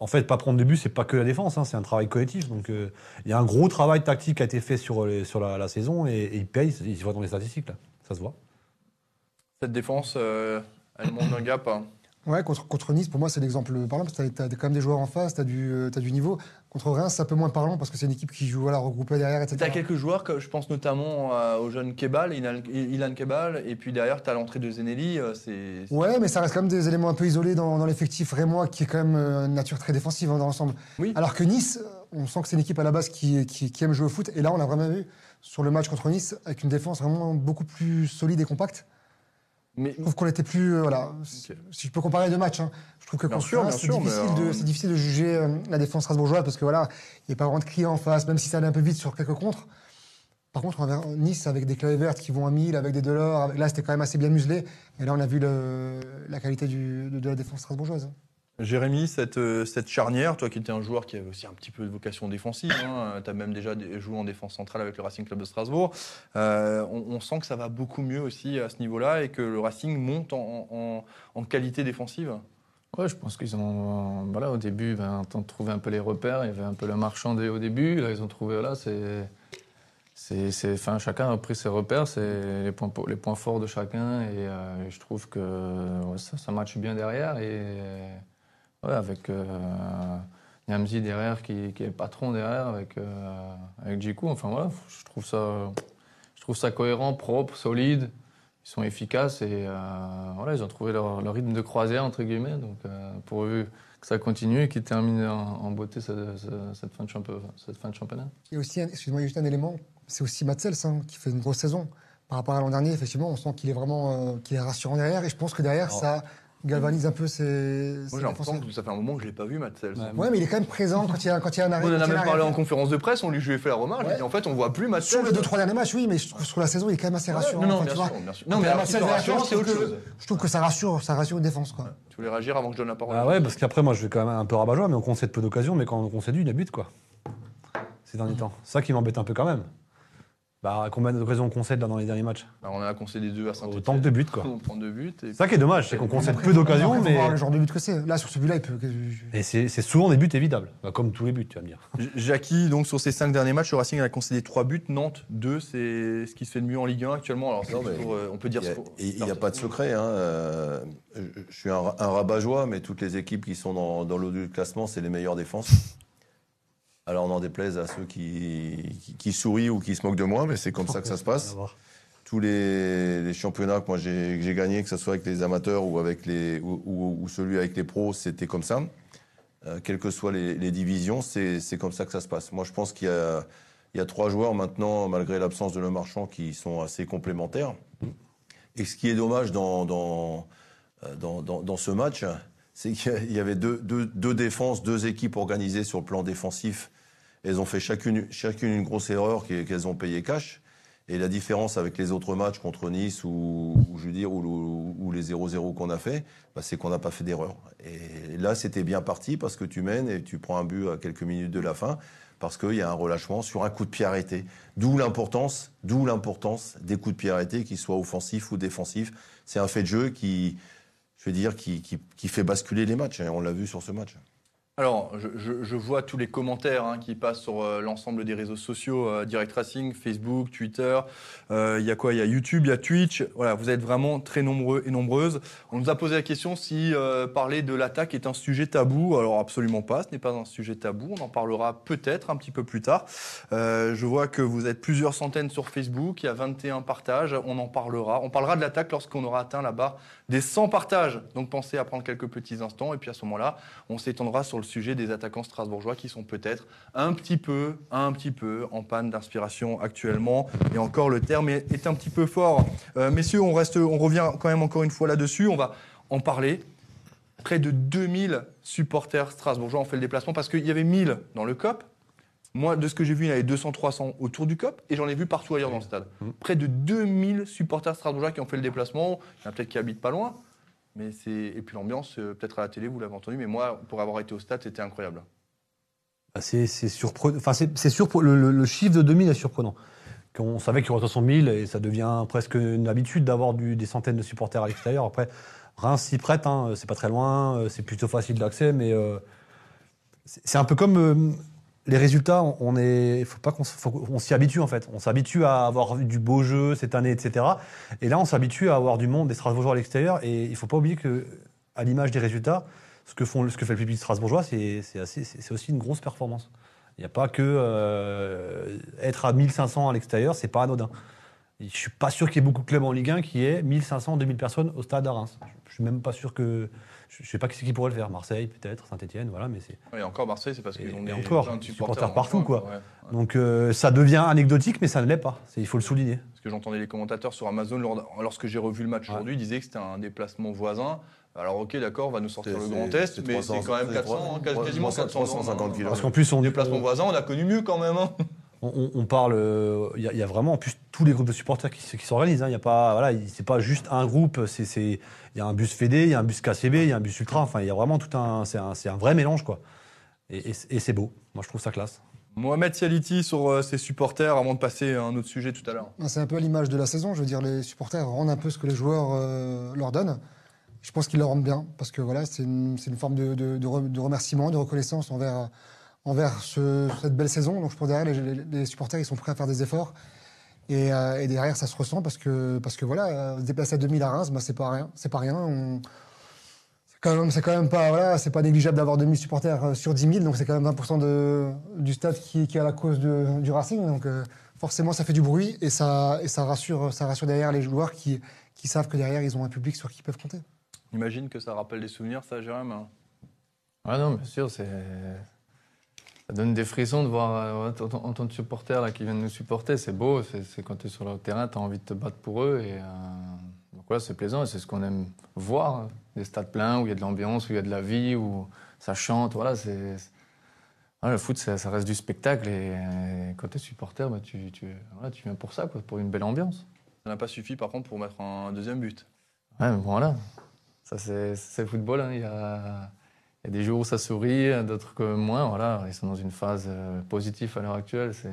En fait, pas prendre de but, c'est pas que la défense, hein, c'est un travail collectif. Donc, euh, il y a un gros travail tactique qui a été fait sur, les- sur la, la saison et, et il paye, il se voit dans les statistiques, là. Ça se voit.
Cette défense, euh, elle monte d'un gap. hein.
Ouais, contre, contre Nice, pour moi, c'est l'exemple parlant, parce que tu as, quand même des joueurs en face, tu as, du niveau. Contre Reims, c'est un peu moins parlant, parce que c'est une équipe qui joue voilà, regroupée derrière, etc.
T'as quelques joueurs, que je pense notamment euh, au jeune Kebal, Ilan Ilan Kebal, et puis derrière, t'as l'entrée de Zenelli. euh, c'est- c'est-
Ouais, mais ça reste quand même des éléments un peu isolés dans, dans l'effectif rémois, qui est quand même euh, une nature très défensive hein, dans l'ensemble.
Oui.
Alors que Nice, euh, on sent que c'est une équipe à la base qui, qui, qui aime jouer au foot. Et là, on l'a vraiment vu sur le match contre Nice, avec une défense vraiment beaucoup plus solide et compacte.
Mais
Je trouve qu'on était plus. euh, voilà.
Ok.
Si je peux comparer deux matchs, hein, je trouve que
Bien
contre
sûr,
Reims,
bien
c'est
sûr,
difficile,
mais,
de-
euh,
c'est difficile de juger euh, la défense strasbourgeoise, parce que voilà, il n'y a pas vraiment de client en face, même si ça allait un peu vite sur quelques contres. Par contre, envers Nice, avec des clés vertes qui vont à 1000, avec des Delors, avec- là, c'était quand même assez bien muselé. Et là, on a vu le- la qualité du- de, de la défense strasbourgeoise.
Jérémy, cette, euh, cette charnière, toi qui étais un joueur qui avait aussi un petit peu de vocation défensive, hein, tu as même déjà dé- joué en défense centrale avec le Racing Club de Strasbourg, euh, on, on sent que ça va beaucoup mieux aussi à ce niveau-là et que le Racing monte en, en- en qualité défensive.
Ouais, je pense qu'ils ont. Voilà, au début, ben, en train de trouver un peu les repères. Il y avait un peu le marchand dès- au début. Là, ils ont trouvé. Là, c'est. c'est- c'est- Enfin, chacun a pris ses repères, c'est les points, po- les points forts de chacun. Et euh, je trouve que ouais, ça, ça matche bien derrière. Et ouais, avec euh, Niamzi derrière, qui, qui est le patron derrière, avec, euh, avec Djikou. Enfin, voilà, je trouve ça, je trouve ça cohérent, propre, solide. ils sont efficaces et euh, voilà, ils ont trouvé leur, leur rythme de croisière, entre guillemets. Donc, euh, pourvu que ça continue et qu'ils terminent en, en beauté ce- ce- cette, fin de champe- cette fin de championnat.
Et aussi, un- excuse-moi, il y a juste un élément, c'est aussi Matzels hein, qui fait une grosse saison. Par rapport à l'an dernier, effectivement, on sent qu'il est vraiment euh, qu'il est rassurant derrière. Et je pense que derrière,
Alors-
ça galvanise un peu ses. ses
Moi, j'ai l'impression
défenseurs.
que ça fait un moment que je l'ai pas vu, Matzels.
Ouais,
Ouais, mais il est quand même présent quand il y a, quand il y a un arrêt.
On en
quand
a
il y un
même
arrêt
parlé
à
en
faire.
conférence de presse, on lui je lui ai fait la remarque,
Ouais.
et en fait on voit plus Matzels.
Sur les deux, trois derniers matchs, oui, mais je trouve que sur la saison, il est quand même assez
Ouais,
rassurant.
Non, non,
Enfin,
bien
tu vois,
sûr, bien sûr.
quand
Non, mais
il y a
la
Marcel
question de rassurant,
derrière, je
c'est
trouve
autre
que-
chose.
Je trouve que ça rassure, ça rassure une défense, quoi.
Tu voulais réagir avant que je donne la parole
Bah ouais, parce qu'après, moi, je vais quand même un peu rabat joie, mais on concède peu d'occasions, mais quand on concède une, il but, quoi. Ces derniers temps. C'est ça qui m'embête un peu quand même. Bah, combien d'occasions on concède là dans les derniers matcs
Alors, Bah, on en a concédé deux à Saint-Etienne.
Autant que de buts, quoi.
On prend deux buts. Et...
C'est ça qui est dommage, c'est qu'on concède
Après,
peu d'occasions,
après, faut
mais.
voir le genre de but que c'est. Là, sur ce but-là, il peut. je-
Et c'est c'est souvent des buts évitables, Bah, comme tous les buts, tu vas me dire.
Ah,
J- Jackie, donc sur ses cinq derniers matchs, le Racing a concédé trois buts. Nantes, deux, c'est ce qui se fait de mieux en Ligue 1 actuellement. Alors, c'est
Non, mais
toujours, euh, on peut
Il
dire
y a-
ce qu'on-
Il n'y a, pas de secret. hein, euh, je, je suis un, ra- un rabat-joie, mais toutes les équipes qui sont dans, dans l'eau du classement, c'est les meilleures défenses. Alors, on en déplaise à ceux qui, qui, qui sourient ou qui se moquent de moi, mais c'est comme ça que ça se passe. Tous les, les championnats que moi j'ai que j'ai gagnés, que ce soit avec les amateurs ou, avec les, ou, ou- ou celui avec les pros, c'était comme ça. Euh, quelles que soient les, les divisions, c'est c'est comme ça que ça se passe. Moi, je pense qu'il y, a- il y a trois joueurs maintenant, malgré l'absence de Le Marchand, qui sont assez complémentaires. Et ce qui est dommage dans, dans, euh, dans, dans- dans ce match, c'est qu'il y a- il y avait deux, deux- deux défenses, deux équipes organisées sur le plan défensif. Elles ont fait chacune, chacune une grosse erreur qu'e- qu'elles ont payé cash. Et la différence avec les autres matchs contre Nice ou, ou je veux dire, ou, le- ou les 0-0 qu'on a fait, bah, c'est qu'on n'a pas fait d'erreur. Et là, c'était bien parti parce que tu mènes et tu prends un but à quelques minutes de la fin parce qu'il y a un relâchement sur un coup de pied arrêté. D'où l'importance, d'où l'importance des coups de pied arrêtés, qu'ils soient offensifs ou défensifs. C'est un fait de jeu qui, je veux dire, qui, qui- qui fait basculer les matchs. hein. On l'a vu sur ce match.
Alors, je, je- je vois tous les commentaires hein, qui passent sur euh, l'ensemble des réseaux sociaux, euh, Direct Racing, Facebook, Twitter. Euh, Il y a quoi Il y a YouTube, il y a Twitch. Voilà, vous êtes vraiment très nombreux et nombreuses. On nous a posé la question si euh, parler de l'attaque est un sujet tabou. Alors absolument pas, ce n'est pas un sujet tabou. On en parlera peut-être un petit peu plus tard. Euh, je vois que vous êtes plusieurs centaines sur Facebook. Il y a 21 partages. On en parlera. On parlera de l'attaque lorsqu'on aura atteint la barre des 100 partages. Donc pensez à prendre quelques petits instants et puis à ce moment-là, on s'étendra sur le sujet des attaquants strasbourgeois qui sont peut-être un petit peu, un petit peu en panne d'inspiration actuellement. Et encore, le terme est, est un petit peu fort. Euh, messieurs, on, reste, on revient quand même encore une fois là-dessus. On va en parler. Près de 2000 supporters strasbourgeois ont fait le déplacement parce qu'il y avait 1000 dans le COP. Moi, de ce que j'ai vu, il y en avait 200-300 autour du COP et j'en ai vu partout ailleurs dans le stade. Près de 2000 supporters strasbourgeois qui ont fait le déplacement. Il y en a peut-être qui habitent pas loin. Mais c'est et puis l'ambiance, euh, peut-être à la télé, vous l'avez entendu, mais moi, pour avoir été au stade, c'était incroyable.
Bah, C'est c'est surprenant. Enfin, c'est c'est surpre- le, le- le chiffre de 2000 est surprenant. On savait qu'il y aurait 300 000 et ça devient presque une habitude d'avoir du- des centaines de supporters à l'extérieur. Après, Reims s'y prête, hein, c'est pas très loin, euh, c'est plutôt facile d'accès, mais euh, c'est c'est un peu comme euh, les résultats. on- On est, faut pas qu'on, s- faut qu'on s'y habitue en fait. On s'habitue à avoir du beau jeu cette année, etc. Et là, on s'habitue à avoir du monde des Strasbourgeois à l'extérieur. Et il faut pas oublier que, à l'image des résultats, ce que, font, ce que fait le public strasbourgeois, c'est c'est assez- c'est- c'est aussi une grosse performance. Il n'y a pas que euh, être à 1500 à l'extérieur, c'est pas anodin. Et Je suis pas sûr qu'il y ait beaucoup de clubs en Ligue 1 qui aient 1500, 2000 personnes au stade à Reims. Je suis même pas sûr que. Je je sais pas qui c'est qui pourrait le faire. Marseille, peut-être, Saint-Etienne, voilà, mais c'est.
Et encore Marseille, c'est parce
Et-
qu'ils ont
et
des
encore,
plein de
supporters
en
partout,
coin,
quoi.
ouais.
Donc euh, ça devient anecdotique, mais ça ne l'est pas. C'est- Il faut le souligner.
Parce que j'entendais les commentateurs sur Amazon lors- lorsque j'ai revu le match
Ouais.
aujourd'hui, ils disaient que c'était un déplacement voisin. Alors ok, d'accord, on va nous sortir le
C'est-
Grand
c'est-
Est,
c'est
mais c'est
300,
quand même
c'est
400, hein, quas-
300,
quasiment 400,
350
hein.
kilos.
Parce qu'en plus, on,
Déplacement voisin, on a connu mieux quand même. hein.
On, on- on parle, euh, il y, a- il y a vraiment en plus tous les groupes de supporters qui, s- qui s'organisent. hein. Il y a pas, voilà, il- c'est pas juste un groupe. C'est, c'est- il y a un bus Fédé, il y a un bus KCB, il y a un bus Ultra. Enfin, il y a vraiment tout un, c'est un, c'est un vrai mélange quoi. Et, et c'est- et c'est beau. Moi, je trouve ça classe.
Mohamed Sialiti sur euh, ses supporters, avant de passer à un autre sujet tout à l'heure.
C'est un peu à l'image de la saison. Je veux dire, les supporters rendent un peu ce que les joueurs euh, leur donnent. Je pense qu'ils le rendent bien parce que voilà, c'est une, c'est une forme de, de- de re- de remerciement, de reconnaissance envers, envers ce- cette belle saison. Donc je pense derrière, les, les- les supporters, ils sont prêts à faire des efforts. Et, euh, et derrière, ça se ressent parce que, parce que voilà, euh, se déplacer à 2000 à Reims, bah, c'est pas rien. C'est pas rien. On- C'est quand même, c'est quand même pas, voilà, c'est pas négligeable d'avoir 2000 supporters euh, sur 10 000. Donc c'est quand même 20% de, du stade qui, qui est à la cause de- du Racing. Donc euh, forcément, ça fait du bruit et ça, et ça rassure, ça rassure derrière les joueurs qui, qui savent que derrière, ils ont un public sur qui ils peuvent compter.
J'imagine que ça rappelle des souvenirs, ça, Jérôme. hein.
Ah non, bien sûr, c'est. Ça donne des frissons de voir euh, ouais, en tant que supporter là, qui viennent nous supporter. C'est beau, c'est c'est quand tu es sur le terrain, tu as envie de te battre pour eux. Et, euh, donc voilà, c'est plaisant, et c'est ce qu'on aime voir. hein. Des stades pleins où il y a de l'ambiance, où il y a de la vie, où ça chante. Voilà, c'est. c'est- ouais, le foot, ça, ça reste du spectacle. Et, euh, quand tu es supporter, bah, tu, tu, voilà, tu viens pour ça, quoi, pour une belle ambiance.
Ça n'a pas suffi, par contre, pour mettre un deuxième but.
Ouais, mais bon, voilà. Ça, c'est c'est le football. hein. Il y, a, il y a des jours où ça sourit, d'autres que moins. Voilà. Ils sont dans une phase euh, positive à l'heure actuelle. c'est-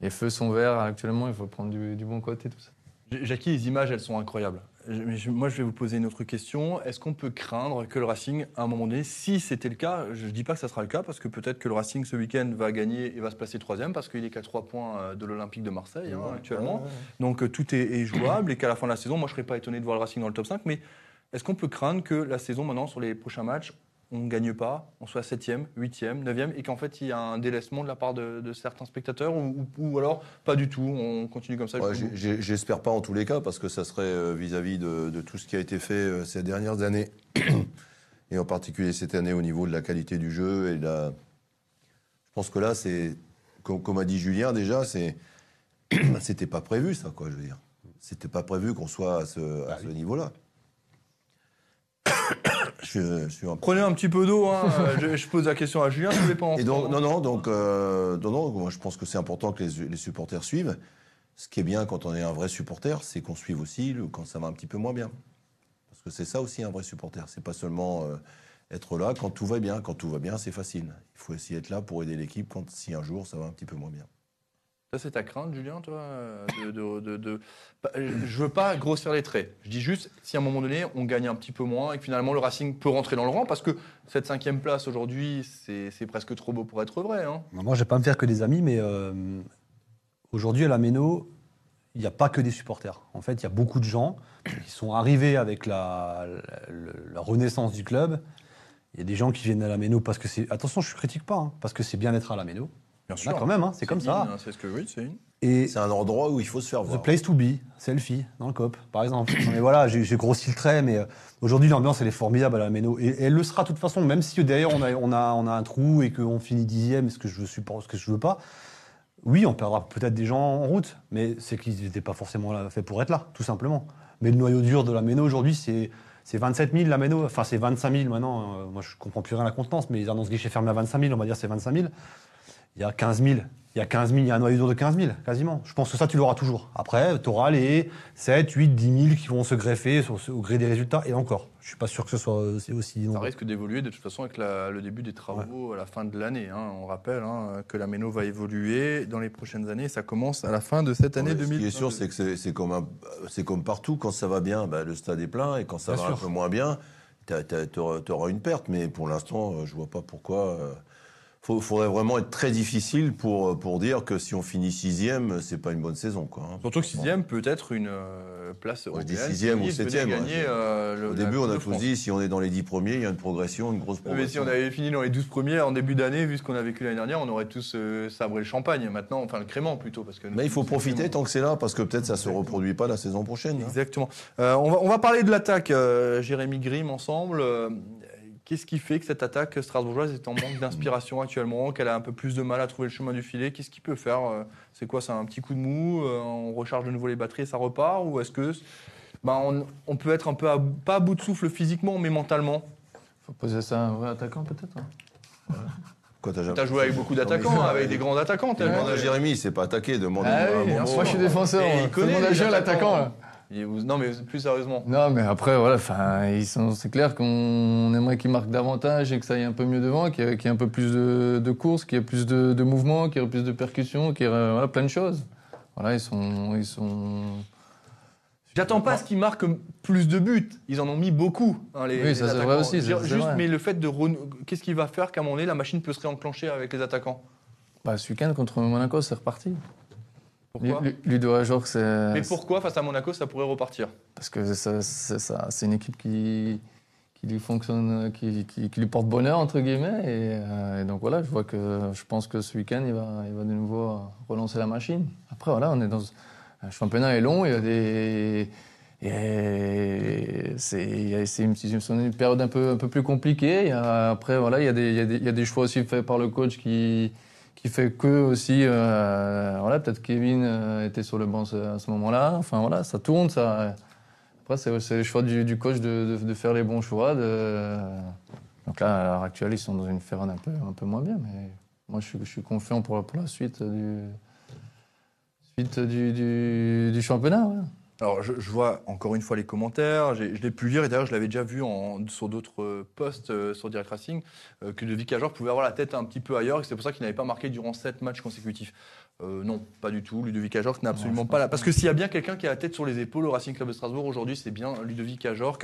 Les feux sont verts actuellement. Il faut prendre du, du bon côté, tout ça.
J- Jackie, les images, elles sont incroyables. Je- mais je- moi, je vais vous poser une autre question. Est-ce qu'on peut craindre que le Racing, à un moment donné, si c'était le cas, je ne dis pas que ça sera le cas, parce que peut-être que le Racing, ce week-end, va gagner et va se placer troisième, parce qu'il est qu'à trois points euh, de l'Olympique de Marseille hein, actuellement. Donc euh, tout est, est jouable et qu'à la fin de la saison, moi, je ne serais pas étonné de voir le Racing dans le top 5. Mais est-ce qu'on peut craindre que la saison, maintenant, sur les prochains matchs, on ne gagne pas, on soit septième, huitième, neuvième, et qu'en fait, il y a un délaissement de la part de, de certains spectateurs, ou, ou- ou alors pas du tout, on continue comme ça
Ouais,
jusqu'au
j'ai-
bout
j'ai- J'espère pas en tous les cas, parce que ça serait euh, vis-à-vis de, de tout ce qui a été fait euh, ces dernières années, et en particulier cette année au niveau de la qualité du jeu. Et de la... Je pense que là, c'est, comme, comme a dit Julien déjà, c'est c'était pas prévu ça, quoi, je veux dire. C'était pas prévu qu'on soit à ce, à ce niveau-là. je, suis- je suis un
Prenez un petit peu d'eau, hein. Euh, je, je pose la question à Julien, je ne voulais pas en
Et donc,
prendre.
non, non, donc, euh, non, non, moi, je pense que c'est important que les, les supporters suivent. Ce qui est bien quand on est un vrai supporter, c'est qu'on suive aussi le- quand ça va un petit peu moins bien. Parce que c'est ça aussi un vrai supporter. C'est pas seulement euh, être là quand tout va bien. Quand tout va bien, c'est facile. Il faut aussi être là pour aider l'équipe quand si un jour ça va un petit peu moins bien.
Ça, c'est ta crainte, Julien, toi euh, de, de- de- de- Bah, euh, Je veux pas grossir les traits. Je dis juste, si à un moment donné, on gagne un petit peu moins et que finalement le Racing peut rentrer dans le rang, parce que cette cinquième place aujourd'hui, c'est c'est presque trop beau pour être vrai. hein.
Non, Bah, moi, je vais pas me faire que des amis, mais euh, aujourd'hui à la Méno, il n'y a pas que des supporters. En fait, il y a beaucoup de gens qui sont arrivés avec la, la- le- la renaissance du club. Il y a des gens qui viennent à la Méno parce que c'est. Attention, je ne critique pas, hein, parce que c'est bien d'être à la Méno.
Bien
Là, quand même, hein, c'est comme ça.
une, hein, C'est ce que oui, c'est une.
Et
C'est un endroit où il faut se faire
The
voir.
place to be, selfie, dans le COP, par exemple. Non, mais voilà, j'ai j'ai grossi le trait, mais euh, aujourd'hui, l'ambiance, elle est formidable à la Méno. Et, et elle le sera de toute façon, même si derrière, on a, on a, on a un trou et qu'on finit dixième, ce que je supporte, ce que je veux pas. Oui, on perdra peut-être des gens en route, mais c'est qu'ils n'étaient pas forcément là- faits pour être là, tout simplement. Mais le noyau dur de la Méno aujourd'hui, c'est. C'est 27 000 la Méno, enfin c'est 25 000 maintenant, euh, moi je comprends plus rien à la contenance, mais ils annoncent guichet fermé à 25 000, on va dire c'est 25 000 il y a 15 000. Il y a 15 000, il y a un noyau dur de 15 000, quasiment. Je pense que ça, tu l'auras toujours. Après, tu auras les 7, 8, 10 000 qui vont se greffer sur ce- au gré des résultats. Et encore, je suis pas sûr que ce soit euh, c'est aussi...
Ça
nombreux.
risque d'évoluer de toute façon avec la- le début des travaux à la fin de l'année. hein. On rappelle hein, que la Méno va évoluer dans les prochaines années. Ça commence à la fin de cette année
Ouais, Ce
2000.
qui est sûr, c'est que c'est- c'est comme, un- c'est comme partout. Quand ça va bien, bah, le stade est plein. Et quand ça
Bien
va un
sûr.
peu moins bien, tu auras une perte. Mais pour l'instant, euh, je vois pas pourquoi. Il faudrait vraiment être très difficile pour, euh, pour dire que si on finit sixième, euh, c'est pas une bonne saison. Quoi, hein.
Surtout que sixième peut être une euh, place
Moi, je
européenne.
dis
si
sixième ou
il venait
septième,
gagner,
ouais, je-
euh, le-
Au
la
début,
Coupe
on a
de
tous
France. Ah,
dit si on est dans les dix premiers, il y a une progression, une grosse
Mais si
progression.
on avait fini dans les 12 premiers en début d'année, vu ce qu'on a vécu l'année dernière, on aurait tous euh, sabré le champagne. Maintenant, enfin le crément plutôt. Parce que
Mais il faut profiter tant que c'est là, parce que peut-être ça se reproduit pas la saison prochaine. hein.
Exactement. Euh, on, va, on va parler de l'attaque, euh, Jérémy Grimm, ensemble. Euh, Qu'est-ce qui fait que cette attaque strasbourgeoise est en manque d'inspiration actuellement, qu'elle a un peu plus de mal à trouver le chemin du filet Qu'est-ce qu'il peut faire euh, C'est quoi C'est un petit coup de mou euh, On recharge de nouveau les batteries et ça repart Ou est-ce que ben, on, on peut être un peu à- pas à bout de souffle physiquement, mais mentalement
faut poser ça à un vrai attaquant, peut-être. hein.
Quoi, t'as jamais-
T'as joué avec beaucoup
Non, mais-
d'attaquants, hein, avec des grands attaquants. t'as
Demande
joué-
à Jérémy, il s'est pas attaqué. Demande
Ah
à
oui,
Momo.
moi, je suis défenseur.
Et
hein.
il connaît
Demande à
les
Gilles,
attaquants,
l'attaquant. là.
Il vous- Non, mais plus sérieusement.
Non, mais après, voilà, enfin, ils sont- c'est clair qu'on aimerait qu'ils marquent davantage et que ça aille un peu mieux devant, qu'il y ait qu'il y ait un peu plus de, de courses, qu'il y ait plus de, de mouvements, qu'il y ait plus de percussions, qu'il y ait euh, voilà, plein de choses. Voilà, ils sont. Ils sont...
J'attends pas à ce qu'ils marquent plus de buts. Ils en ont mis beaucoup. hein, les,
Oui, ça,
les
c'est
attaquants.
vrai aussi,
Je veux
c'est-
dire,
c'est
Juste,
vrai.
mais le fait de. renou- Qu'est-ce qui va faire qu'à un moment donné, la machine peut se réenclencher avec les attaquants
Bah, ce week-end contre Monaco, c'est reparti.
Pourquoi
Lu- Lu- Ludo Ajor, c'est.
Mais pourquoi, face à Monaco, ça pourrait repartir
Parce que ça- c'est ça, c'est une équipe qui, qui lui fonctionne, qui, qui- qui lui porte bonheur, entre guillemets. Et, euh, et donc voilà, je vois que je pense que ce week-end, il va, il va de nouveau euh, relancer la machine. Après, voilà, on est dans. Un championnat est long, il y a des. Et c'est c'est une, c'est une période un peu, un peu plus compliquée. Il y a- après, voilà, il y, a des, il y a des- il y a des choix aussi faits par le coach qui, qui fait que aussi, euh, voilà, peut-être Kevin euh, était sur le banc ce- à ce moment-là. Enfin voilà, ça tourne. Ça. Après, c'est c'est le choix du, du coach de, de- de faire les bons choix. de- Donc là, à l'heure actuelle, ils sont dans une période un peu, un peu moins bien. Mais moi, je suis, je suis confiant pour, la- pour la suite du, suite du, du, du championnat. ouais.
Alors, je, je vois encore une fois les commentaires, j'ai- je l'ai pu lire, et d'ailleurs, je l'avais déjà vu en- sur d'autres euh, posts euh, sur Direct Racing, euh, que le Vicageur pouvait avoir la tête un petit peu ailleurs, et que c'est pour ça qu'il n'avait pas marqué durant sept matchs consécutifs. Euh, non, pas du tout. Ludovic Ajorc n'a absolument
je
pas la. Parce que s'il y a bien quelqu'un qui a la tête sur les épaules au Racing Club de Strasbourg aujourd'hui, c'est bien Ludovic Ajorc.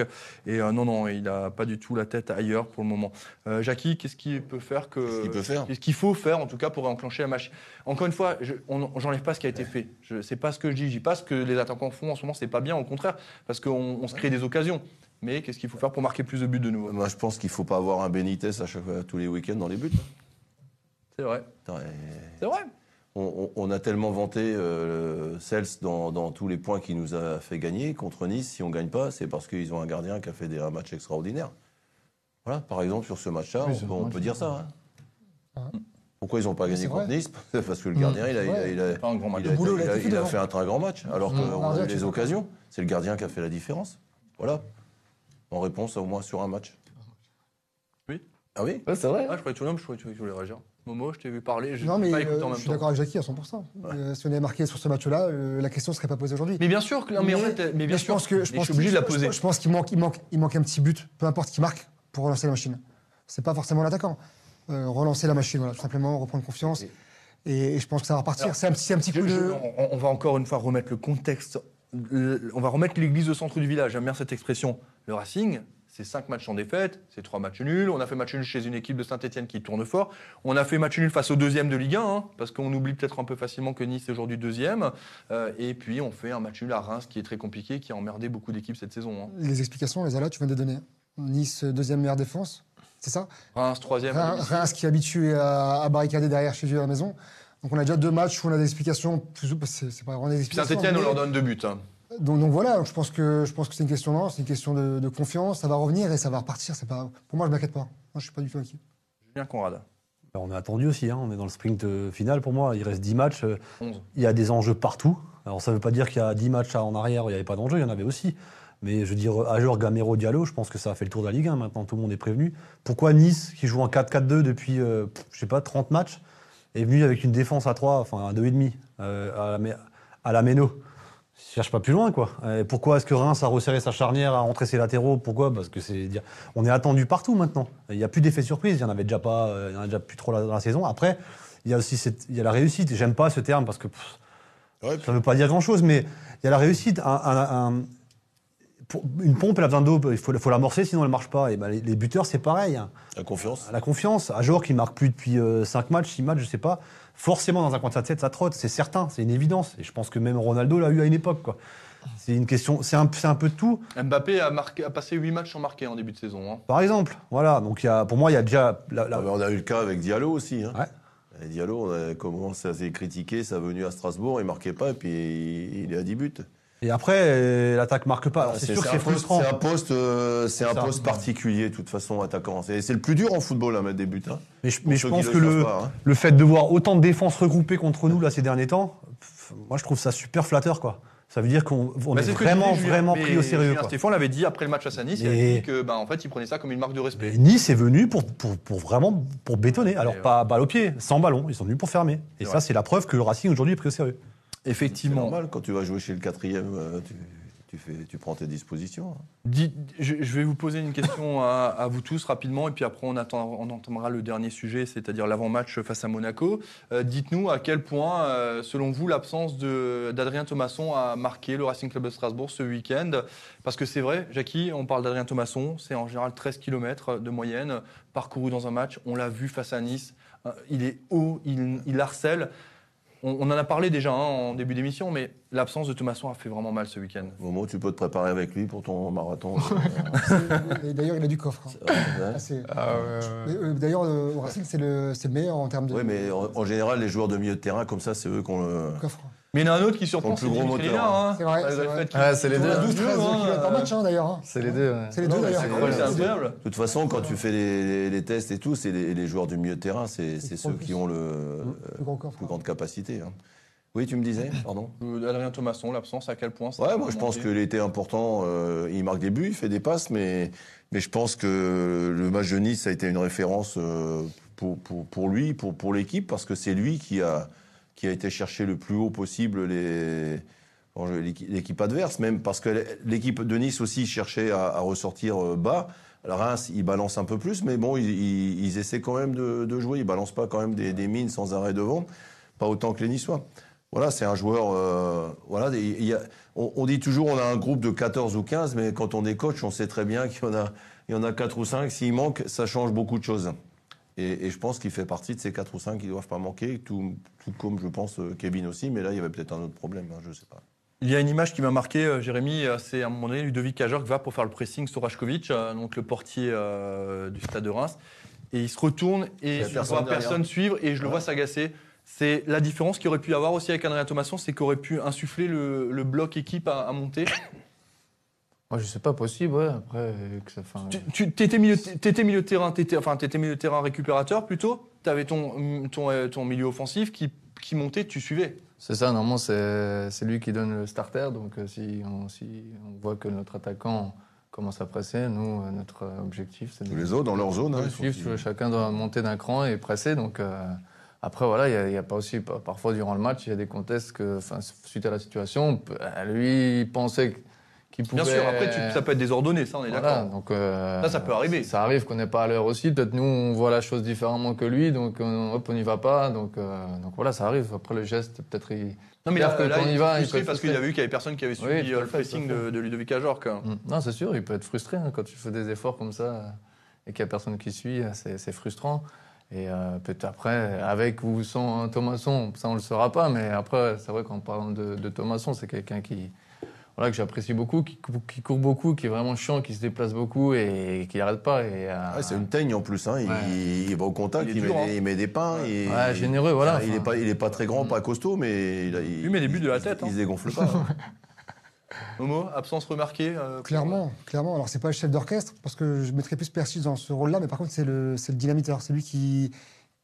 Et euh, non, non, il n'a pas du tout la tête ailleurs pour le moment. Euh, Jackie, qu'est-ce qu'il peut faire que.
Qu'est-ce euh, qu'il peut faire
Qu'est-ce qu'il faut faire, en tout cas, pour enclencher la machine Encore une fois, je, on n'enlève pas ce qui a été fait. Je sais pas ce que je dis. Je dis pas ce que les attaquants font en ce moment. C'est pas bien, au contraire, parce qu'on on se crée des occasions. Mais qu'est-ce qu'il faut faire pour marquer plus de buts de nouveau
Moi, je pense qu'il faut pas avoir un Benitez à chaque, à tous les week-ends dans les buts. hein.
C'est vrai.
Putain, et-
C'est vrai.
On, on- on a tellement vanté euh, le Cels dans, dans tous les points qu'il nous a fait gagner. Contre Nice, si on gagne pas, c'est parce qu'ils ont un gardien qui a fait des, un match extraordinaire. Voilà, par exemple, sur ce match-là,
Oui,
on,
c'est
peut-
un
on
match
peut dire ça. hein.
Ouais.
Pourquoi ils n'ont pas
Mais
gagné
c'est
contre
vrai. Mm.
Nice Parce que le gardien, il a,
c'est
il a-
vrai.
il a-
Pas un grand match.
il a-
Le boulot,
il
il a
a-
été fait
il a
devant.
fait un très grand match, alors
Mmh.
qu'on a
Gardien,
eu
tu
les
peux pas.
occasions. C'est le gardien qui a fait la différence. Voilà. En réponse, au moins sur un match.
Oui.
Ah oui
Ouais, c'est vrai.
Ah, je croyais tout l'homme, je croyais que tu voulais réagir. Momo, je t'ai vu parler, je
Non,
t'ai
mais
pas
euh,
écouté en
je
même
suis
temps.
d'accord avec Jackie à 100%. Euh, si on avait marqué sur ce match-là, euh, la question ne serait pas posée aujourd'hui.
Mais bien sûr, que- non, mais, en fait, mais bien
mais je
sûr,
pense que je
mais
pense
suis obligé
qu'il-
de la
je-
poser.
Je, pense qu'il manque, il manque, il manque un petit but, peu importe qui marque, pour relancer la machine. C'est pas forcément l'attaquant. Euh, relancer la machine, voilà, tout simplement reprendre confiance. Et, et je pense que ça va repartir.
Alors,
C'est un petit, c'est un petit
Je-
coup
je-
de.
on, on va encore une fois remettre le contexte. Le- on va remettre l'église au centre du village. J'aime bien cette expression. Le Racing, c'est 5 matchs sans défaite, c'est 3 matchs nuls. On a fait match nul chez une équipe de Saint-Etienne qui tourne fort. On a fait match nul face au deuxième de Ligue 1, hein, parce qu'on oublie peut-être un peu facilement que Nice est aujourd'hui deuxième. Euh, et puis on fait un match nul à Reims qui est très compliqué, qui a emmerdé beaucoup d'équipes cette saison. hein.
Les explications, on les a là, tu viens de les donner. Nice, euh, deuxième meilleure défense, c'est ça
Reims, troisième. à
Rein-
domicile.
Reims qui est habitué à, à barricader derrière chez eux à la maison. Donc on a déjà deux matchs où on a des explications. plus- C'est c'est pas vraiment des explications.
Saint-Etienne, on
mais-
leur donne deux buts. hein.
Donc, donc voilà, je pense que je pense que c'est une question non, c'est une question de, de confiance. Ça va revenir et ça va repartir. C'est pas pour moi, je m'inquiète pas. Moi, je suis pas du tout inquiet.
Julien Conrad.
Alors, on est attendu aussi, hein, on est dans le sprint euh, final pour moi. Il reste 10 matchs. euh,
11.
Il y a des enjeux partout. Alors ça ne veut pas dire qu'il y a 10 matchs à- en arrière, où il n'y avait pas d'enjeu, il y en avait aussi. Mais je veux dire, euh, Ajor, Gamero, Diallo, je pense que ça a fait le tour de la Ligue 1 maintenant, tout le monde est prévenu. Pourquoi Nice, qui joue en 4-4-2 depuis, euh, pff, je sais pas, 30 matchs, est venu avec une défense à 3, enfin à 2,5 euh, à, la, mé- à la Méno Je cherche pas plus loin, quoi. Et pourquoi est-ce que Reims a resserré sa charnière, a rentré ses latéraux Pourquoi Parce que c'est. dire- On est attendu partout maintenant. Il n'y a plus d'effet surprise, il n'y en avait déjà pas, euh, il y en a déjà plus trop la- dans la saison. Après, il y a aussi cette- il y a la réussite. J'aime pas ce terme parce que pff,
Ouais,
ça ne veut pas dire grand-chose, mais il y a la réussite. Un- un- un- pour- une pompe, elle a besoin d'eau. Il faut, faut l'amorcer, sinon elle ne marche pas. Et ben, les, les buteurs, c'est pareil. hein.
La confiance
La confiance, un joueur qui marque plus depuis 5 matchs, 6 matchs, je sais pas, forcément dans un coin de sa tête, ça trotte, c'est certain, c'est une évidence. Et je pense que même Ronaldo l'a eu à une époque. quoi. C'est une question, c'est un, c'est un peu de tout.
Mbappé a, marqué, a passé 8 matchs sans marquer en début de saison. hein.
Par exemple, voilà. Donc il y a, pour moi, il y a déjà. la- la-
Ah, mais on a eu le cas avec Diallo aussi. Hein.
Ouais.
Et Diallo, on a commencé à s'est critiqué, sa venue à Strasbourg, il marquait pas, et puis il est à 10 buts.
Et après, euh, l'attaque marque pas. Alors c'est sûr que
un
c'est
poste-
frustrant.
C'est un poste, euh, c'est un
C'est un-
poste particulier, de toute façon, attaquant. C'est c'est le plus dur en football à mettre des buts. hein.
Mais je,
Pour
mais je
ceux qui
pense que
savent
le,
pas, hein.
le fait de voir autant de défenses regroupées contre nous là ces derniers temps, pff, moi je trouve ça super flatteur quoi. Ça veut dire qu'on on
Bah,
est
c'est ce que
vraiment
disait Julien-
vraiment
mais
pris au sérieux.
Julien
quoi.
Stéphane l'avait dit après le match face à Nice, il a
Mais-
dit que bah, en fait il prenait ça comme une marque de respect.
Mais nice est venu pour, pour, pour vraiment pour bétonner. Alors
Et,
pas balle au pied, sans ballon, ils sont venus pour fermer. Et
C'est
ça c'est la preuve que le Racing aujourd'hui est pris au sérieux.
C'est
Effectivement.
normal, quand tu vas jouer chez le quatrième, euh, tu, tu fais, tu prends tes dispositions. hein.
Dis- je, je vais vous poser une question à, à vous tous rapidement et puis après on, attend, on entamera le dernier sujet, c'est-à-dire l'avant-match face à Monaco. Euh, Dites-nous à quel point, euh, selon vous, l'absence de- d'Adrien Thomasson a marqué le Racing Club de Strasbourg ce week-end. Parce que c'est vrai, Jackie, on parle d'Adrien Thomasson, c'est en général 13 km de moyenne parcouru dans un match. On l'a vu face à Nice, Euh, il est haut, il, il harcèle. On, on en a parlé déjà hein, en début d'émission, mais l'absence de Thomasson a fait vraiment mal ce week-end.
Momo, tu peux te préparer avec lui pour ton marathon. euh,
Et D'ailleurs, il a du coffre. hein. Ah, c'est- Mais, euh, D'ailleurs, euh, au Racing, c'est le, c'est le meilleur en termes de
oui, mais en, en général, les joueurs de milieu de terrain comme ça, c'est eux qu'on le.
coffre. hein.
Mais il y en a un autre qui surprend,
Son plus
c'est
gros
Dimitri
moteur,
Lénard, hein.
C'est vrai,
Malgré
c'est
le
vrai.
fait qu'il-
Ouais, c'est les
Il
deux.
a 12-13 km par
Ouais.
match, hein, d'ailleurs. hein.
C'est les deux. ouais.
C'est les
Non,
deux,
mais
d'ailleurs.
c'est
Ouais, C'est incroyable.
De toute façon, quand tu fais les, les- les tests et tout, c'est les, les joueurs du milieu de terrain, c'est c'est
font le
ceux qui
plus.
ont le euh,
Plus grand corps.
plus grande capacité. hein. Oui, tu me disais, pardon.
Euh, Adrien Thomasson, l'absence, à quel point ça
Ouais,
a
moi je pense
remonté.
qu'il était important. euh, il marque des buts, il fait des passes, mais, mais je pense que le match de Nice a été une référence euh, pour, pour, pour lui, pour, pour l'équipe, parce que c'est lui qui a, qui a été chercher le plus haut possible les, bon, je- l'équi- l'équipe adverse, même parce que l'équipe de Nice aussi cherchait à, à ressortir euh, bas. Alors, Reims, ils balancent un peu plus, mais bon, ils, ils- ils essaient quand même de, de jouer. Ils balancent pas quand même des, des mines sans arrêt devant, pas autant que les Niçois. Voilà, c'est un joueur. euh, voilà, il y a- on, on dit toujours on a un groupe de 14 ou 15, mais quand on est coach, on sait très bien qu'il y en a, il y en a 4 ou 5. S'il manque, ça change beaucoup de choses. Et, et je pense qu'il fait partie de ces 4 ou 5 qui ne doivent pas manquer, tout, tout comme je pense euh, Kevin aussi, mais là, il y avait peut-être un autre problème, hein, je ne sais pas.
Il y a une image qui m'a marqué, euh, Jérémy, euh, c'est à un moment donné Ludovic Ajorc va pour faire le pressing sur Rajkovic, euh, donc le portier euh, du stade de Reims, et il se retourne
Il y
et
a
je ne
personne
vois
derrière.
personne suivre et je le vois s'agacer. C'est la différence qu'il aurait pu avoir aussi avec Adrien Thomasson, c'est qu'il aurait pu insuffler le, le bloc équipe à, à monter.
Moi, je sais pas, possible, ouais. Après, euh, que ça, enfin,
Tu, tu t'étais milieu, t'étais milieu de terrain, t'étais, enfin t'étais milieu de terrain récupérateur plutôt. T'avais ton ton euh, ton milieu offensif qui qui montait, tu suivais.
C'est ça, normalement, c'est c'est lui qui donne le starter. Donc, euh, si on, si on voit que notre attaquant commence à presser, nous, euh, notre euh, objectif, c'est de
Tous les autres, dans leur zone.
de
hein,
le
il faut
suivre.
qu'ils-
tu vois, Chacun doit monter d'un cran et presser. Donc, euh, après, voilà, il y a- il y a, pas aussi. par- Parfois, durant le match, il y a des contests que, enfin, suite à la situation, on peut- euh, lui, il pensait qu'il pouvait.
Bien sûr. Après, tu- ça peut être désordonné, ça on est
Voilà,
d'accord.
donc, euh,
Ça, ça peut arriver.
Ça arrive qu'on n'est pas à l'heure aussi. Peut-être nous, on voit la chose différemment que lui, donc on, hop, on n'y va pas. Donc, euh, donc voilà, ça arrive. Après le geste, peut-être il.
Non mais là,
Parce que
là,
quand
il
il
est
va, il
frustré
peut
parce
frustrer.
qu'il a vu qu'il y avait personne qui avait suivi
Oui, tout à
euh, le
fait,
pressing
tout à fait.
de, de Ludovic Ajorc. hein.
Mm. Non, c'est sûr, il peut être frustré hein, quand tu fais des efforts comme ça euh, et qu'il n'y a personne qui suit. euh, C'est c'est frustrant. Et euh, peut-être après, avec ou sans hein, Thomasson, ça on le saura pas. Mais après, c'est vrai qu'en parlant de, de Thomasson, c'est quelqu'un qui. Voilà, que j'apprécie beaucoup, qui, cou- qui court beaucoup, qui est vraiment chiant, qui se déplace beaucoup et, qui n'arrête pas. Et, euh,
Ouais, c'est une teigne en plus, hein, il,
Ouais.
il va au contact,
Il est
il, met,
dur, hein.
il met des pains. et-
Ouais, généreux, voilà.
il n'est
Enfin,
pas, il est pas très grand, pas costaud, mais il, a- il,
Mm. Lui met des buts de la
il-
tête,
Il,
hein.
se dégonfle pas. hein.
Momo, absence remarquée. euh, pour-
Clairement, clairement. Alors, c'est pas le chef d'orchestre, parce que je mettrais plus Persis dans ce rôle-là, mais par contre, c'est le, c'est le dynamiteur. C'est lui qui,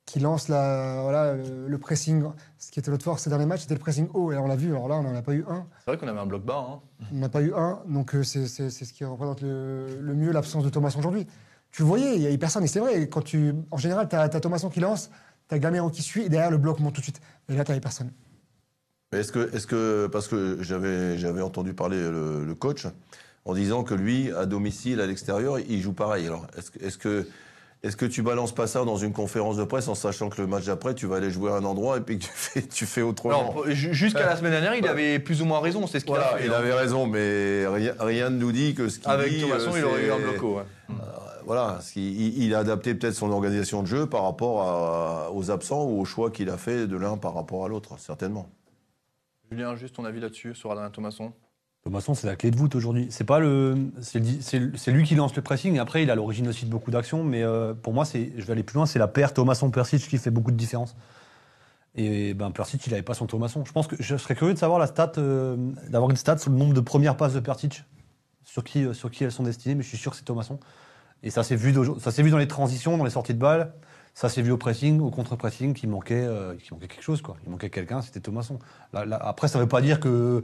qui lance la, voilà, le, le pressing. Ce qui était notre force ces derniers matchs, c'était le pressing haut. Et on l'a vu, alors là, on n'en a pas eu un.
C'est vrai qu'on avait un bloc bas. hein.
On n'a pas eu un, donc euh, c'est c'est- c'est ce qui représente le, le mieux l'absence de Thomasson aujourd'hui. Tu le voyais, il n'y avait personne, et c'est vrai, quand tu, en général, tu as, Thomasson qui lance, tu as Gamero qui suit, et derrière le bloc monte tout de suite. Et là, tu n'avais personne.
Mais Est-ce que, est-ce que, parce que j'avais, j'avais entendu parler le, le coach en disant que lui, à domicile, à l'extérieur, il joue pareil. Alors, est-ce, que- est-ce que, est-ce que tu balances pas ça dans une conférence de presse en sachant que le match d'après, tu vas aller jouer à un endroit et puis que tu fais, tu fais autrement
Alors, ju- jusqu'à la semaine dernière, il avait plus ou moins raison. C'est ce qu'il a
Voilà,
fait.
il
hein.
avait raison, mais rien, rien ne nous dit que ce qu'il
Avec
dit,
Thomasson,
euh,
il aurait eu un
c'est-
bloco. ouais.
voilà, ce qui- il, il a adapté peut-être son organisation de jeu par rapport à- aux absents ou aux choix qu'il a fait de l'un par rapport à l'autre, certainement.
Julien, juste ton avis là-dessus sur Adrien Thomasson.
Thomasson, c'est la clé de voûte aujourd'hui. C'est pas le, c'est le- c'est le- c'est lui qui lance le pressing. Après, il a l'origine aussi de beaucoup d'actions, mais euh, pour moi, c'est, je vais aller plus loin. C'est la paire Thomasson Persic qui fait beaucoup de différence. Et ben Persic, il n'avait pas son Thomasson. Je pense que je serais curieux de savoir la stat, euh, d'avoir une stat sur le nombre de premières passes de Persic, sur qui, euh, sur qui elles sont destinées. Mais je suis sûr que c'est Thomasson. Et ça s'est vu, d'aujourd'hui- ça s'est vu dans les transitions, dans les sorties de balles. Ça s'est vu au pressing, au contre-pressing, qu'il manquait, euh, qu'il manquait quelque chose, quoi. Il manquait quelqu'un, c'était Thomasson. Là- là- après, ça ne veut pas dire que,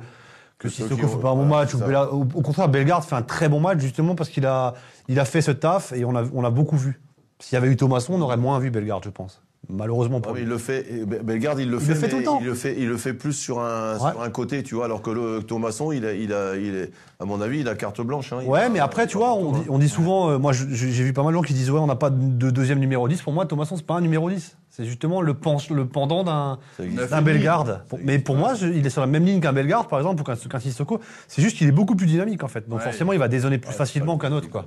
que
Que ceux
Sissoko
qui
fait
ont-
pas un bon
voilà,
match.
c'est
ou
ça.
Bella- au, au contraire, Bellegarde fait un très bon match, justement, parce qu'il a, il a fait ce taf et on l'a on l'a beaucoup vu. S'il y avait eu Thomasson, on aurait moins vu Bellegarde, je pense. Malheureusement
Ouais,
pour
mais
lui.
Ah il le fait, et Be- Bellegarde, il le
Il
fait,
le fait
mais
tout le temps.
Il le fait, il le fait plus sur un,
Ouais.
sur un côté, tu vois, alors que le Thomasson, il a, il a, il est, à mon avis, il a carte blanche. hein. Il
Ouais,
va-
mais après,
il
tu
va
vois,
partout,
on dit,
hein.
on dit souvent, euh, moi je- je- j'ai vu pas mal de gens qui disent, ouais, on n'a pas de deuxième numéro 10. Pour moi, Thomasson, c'est pas un numéro 10. C'est justement le, penche- le pendant d'un
Ça existe.
d'un Bellegarde. Pour-
Ça
Mais
existe
pour
pas.
moi, je- il est sur la même ligne qu'un Bellegarde, par exemple, ou qu'un qu'un Sissoko. C'est juste qu'il est beaucoup plus dynamique, en fait. Donc
Ouais,
forcément, il va dézonner plus
ouais,
facilement
c'est pas
qu'un
le
autre, quoi.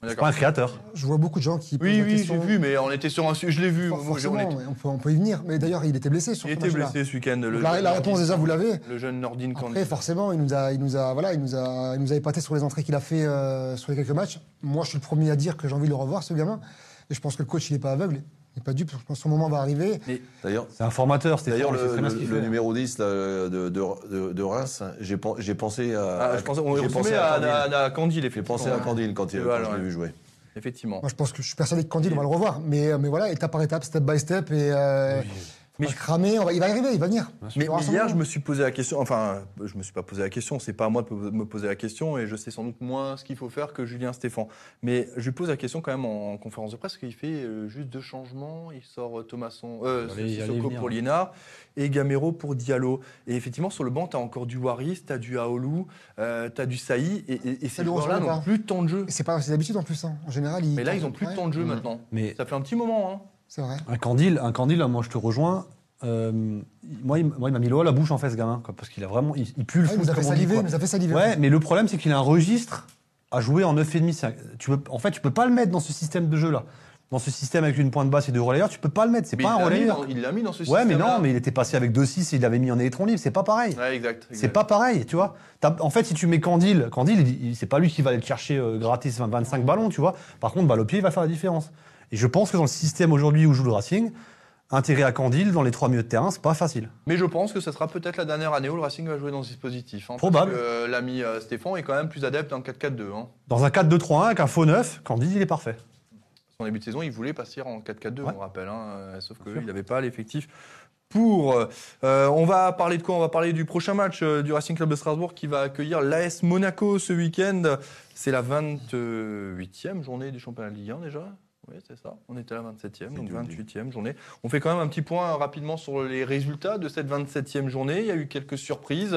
On est
C'est
d'accord.
pas un créateur.
Je vois beaucoup de gens qui posent
Oui,
la
oui, j'ai
question.
vu, mais on était sur un sujet. Je l'ai vu.
For-
Momo, j'ai- on
forcément,
était-
mais on peut, on peut y venir. Mais d'ailleurs, il était blessé sur
Il
ce
était
match-là.
blessé ce week-end. le
La,
jeune
la réponse,
Nordin.
déjà, vous l'avez.
Le jeune Nordin
Après,
Kandji.
forcément, il nous a, il nous a, voilà, il nous a, il nous a épaté sur les entrées qu'il a fait euh, sur les quelques matchs. Moi, je suis le premier à dire que j'ai envie de le revoir, ce gamin. Et je pense que le coach, il n'est pas aveugle. Il n'est pas dupe, je pense que son moment va arriver.
D'ailleurs,
C'est un formateur, c'est
D'ailleurs, le,
très bien ce
le-
qu'il
le
fait.
numéro 10 là, de, de, de- de Reims, j'ai pen- j'ai pensé à.
Ah, je pensais, on
j'ai
est
pensé
pensé
à
à,
Candil.
à- à Candil,
J'ai pensé à
effectivement.
Candil quand, il-
Et
quand
voilà,
je l'ai
ouais.
vu jouer.
Effectivement.
Moi, je pense que je suis persuadé que Candide, on va le revoir. Mais, mais voilà, étape par étape, step by step. Et, euh,
Mais
mais
je-
cramer, on va- il va arriver, il va venir.
Mais,
Il aura
mais
son
hier, je
moment.
me suis posé la question. Enfin, euh, je me suis pas posé la question. C'est pas à moi de po- me poser la question, et je sais sans doute moins ce qu'il faut faire que Julien Stéphan. Mais je lui pose la question quand même en, en conférence de presse. qu'il fait euh, juste deux changements. Il sort euh, Thomasson, euh,
Allez, allez
Sissoko
venir. hein.
pour Liénard et Gamero pour Diallo. Et effectivement, sur le banc, t'as encore du Waris, t'as du Aoulou, euh, t'as du Saï, et, et, et ces
lui
joueurs-là
ressemble
n'ont
pas.
plus de temps de jeu.
Et c'est pas c'est d'habitude en plus. hein. En général, ils.
Mais là, ils ont plus de temps de jeu maintenant.
Mais
Ça fait un petit moment. Hein.
C'est vrai.
un candile, un candile, moi je te rejoins. Euh, moi, il, moi, il m'a mis l'eau à la bouche en fait, ce gamin, quoi, parce qu'il a vraiment, il, il pue le
Ah, il
foot
nous a fait
comme on dit,
saliver,
quoi.
il nous a fait saliver.
Ouais, mais le problème, c'est qu'il a un registre à jouer en 9,5. C'est un- Tu peux, en fait, tu peux pas le mettre dans ce système de jeu là. Dans ce système avec une pointe basse et deux relayeurs, tu peux pas le mettre. C'est
Mais
pas
il l'a
un
mis
relayeur.
dans- Il l'a mis dans ce
Ouais, mais
système-là.
non, mais il était passé avec 2-6 et il l'avait mis en électron libre. C'est pas pareil.
Ouais, exact.
C'est
exact.
pas pareil, tu vois. T'as- En fait, si tu mets Candil, Candil, il- il- c'est pas lui qui va aller te chercher euh, gratis 20, 25 ballons, tu vois. Par contre, balle au pied, il va faire la différence. Et je pense que dans le système aujourd'hui où joue le Racing, intérêt à Candil dans les trois milieux de terrain, c'est pas facile.
Mais je pense que ça sera peut-être la dernière année où le Racing va jouer dans ce dispositif. hein,
Probable.
Parce que euh, l'ami euh, Stéphane est quand même plus adepte en 4-4-2. hein.
Dans un 4-2-3-1 avec un faux 9, Candil, il est parfait.
Son début de saison, il voulait partir en 4-4-2,
Ouais.
on rappelle. hein, euh, sauf
sûr.
qu'il n'avait pas l'effectif pour. Euh, on va parler de quoi On va parler du prochain match euh, du Racing Club de Strasbourg qui va accueillir l'AS Monaco ce week-end. C'est la 28e journée du championnat de Ligue 1 déjà oui, c'est ça. On était à la 27e, donc
dur,
28e journée. On fait quand même un petit point euh, rapidement sur les résultats de cette 27e journée. Il y a eu quelques surprises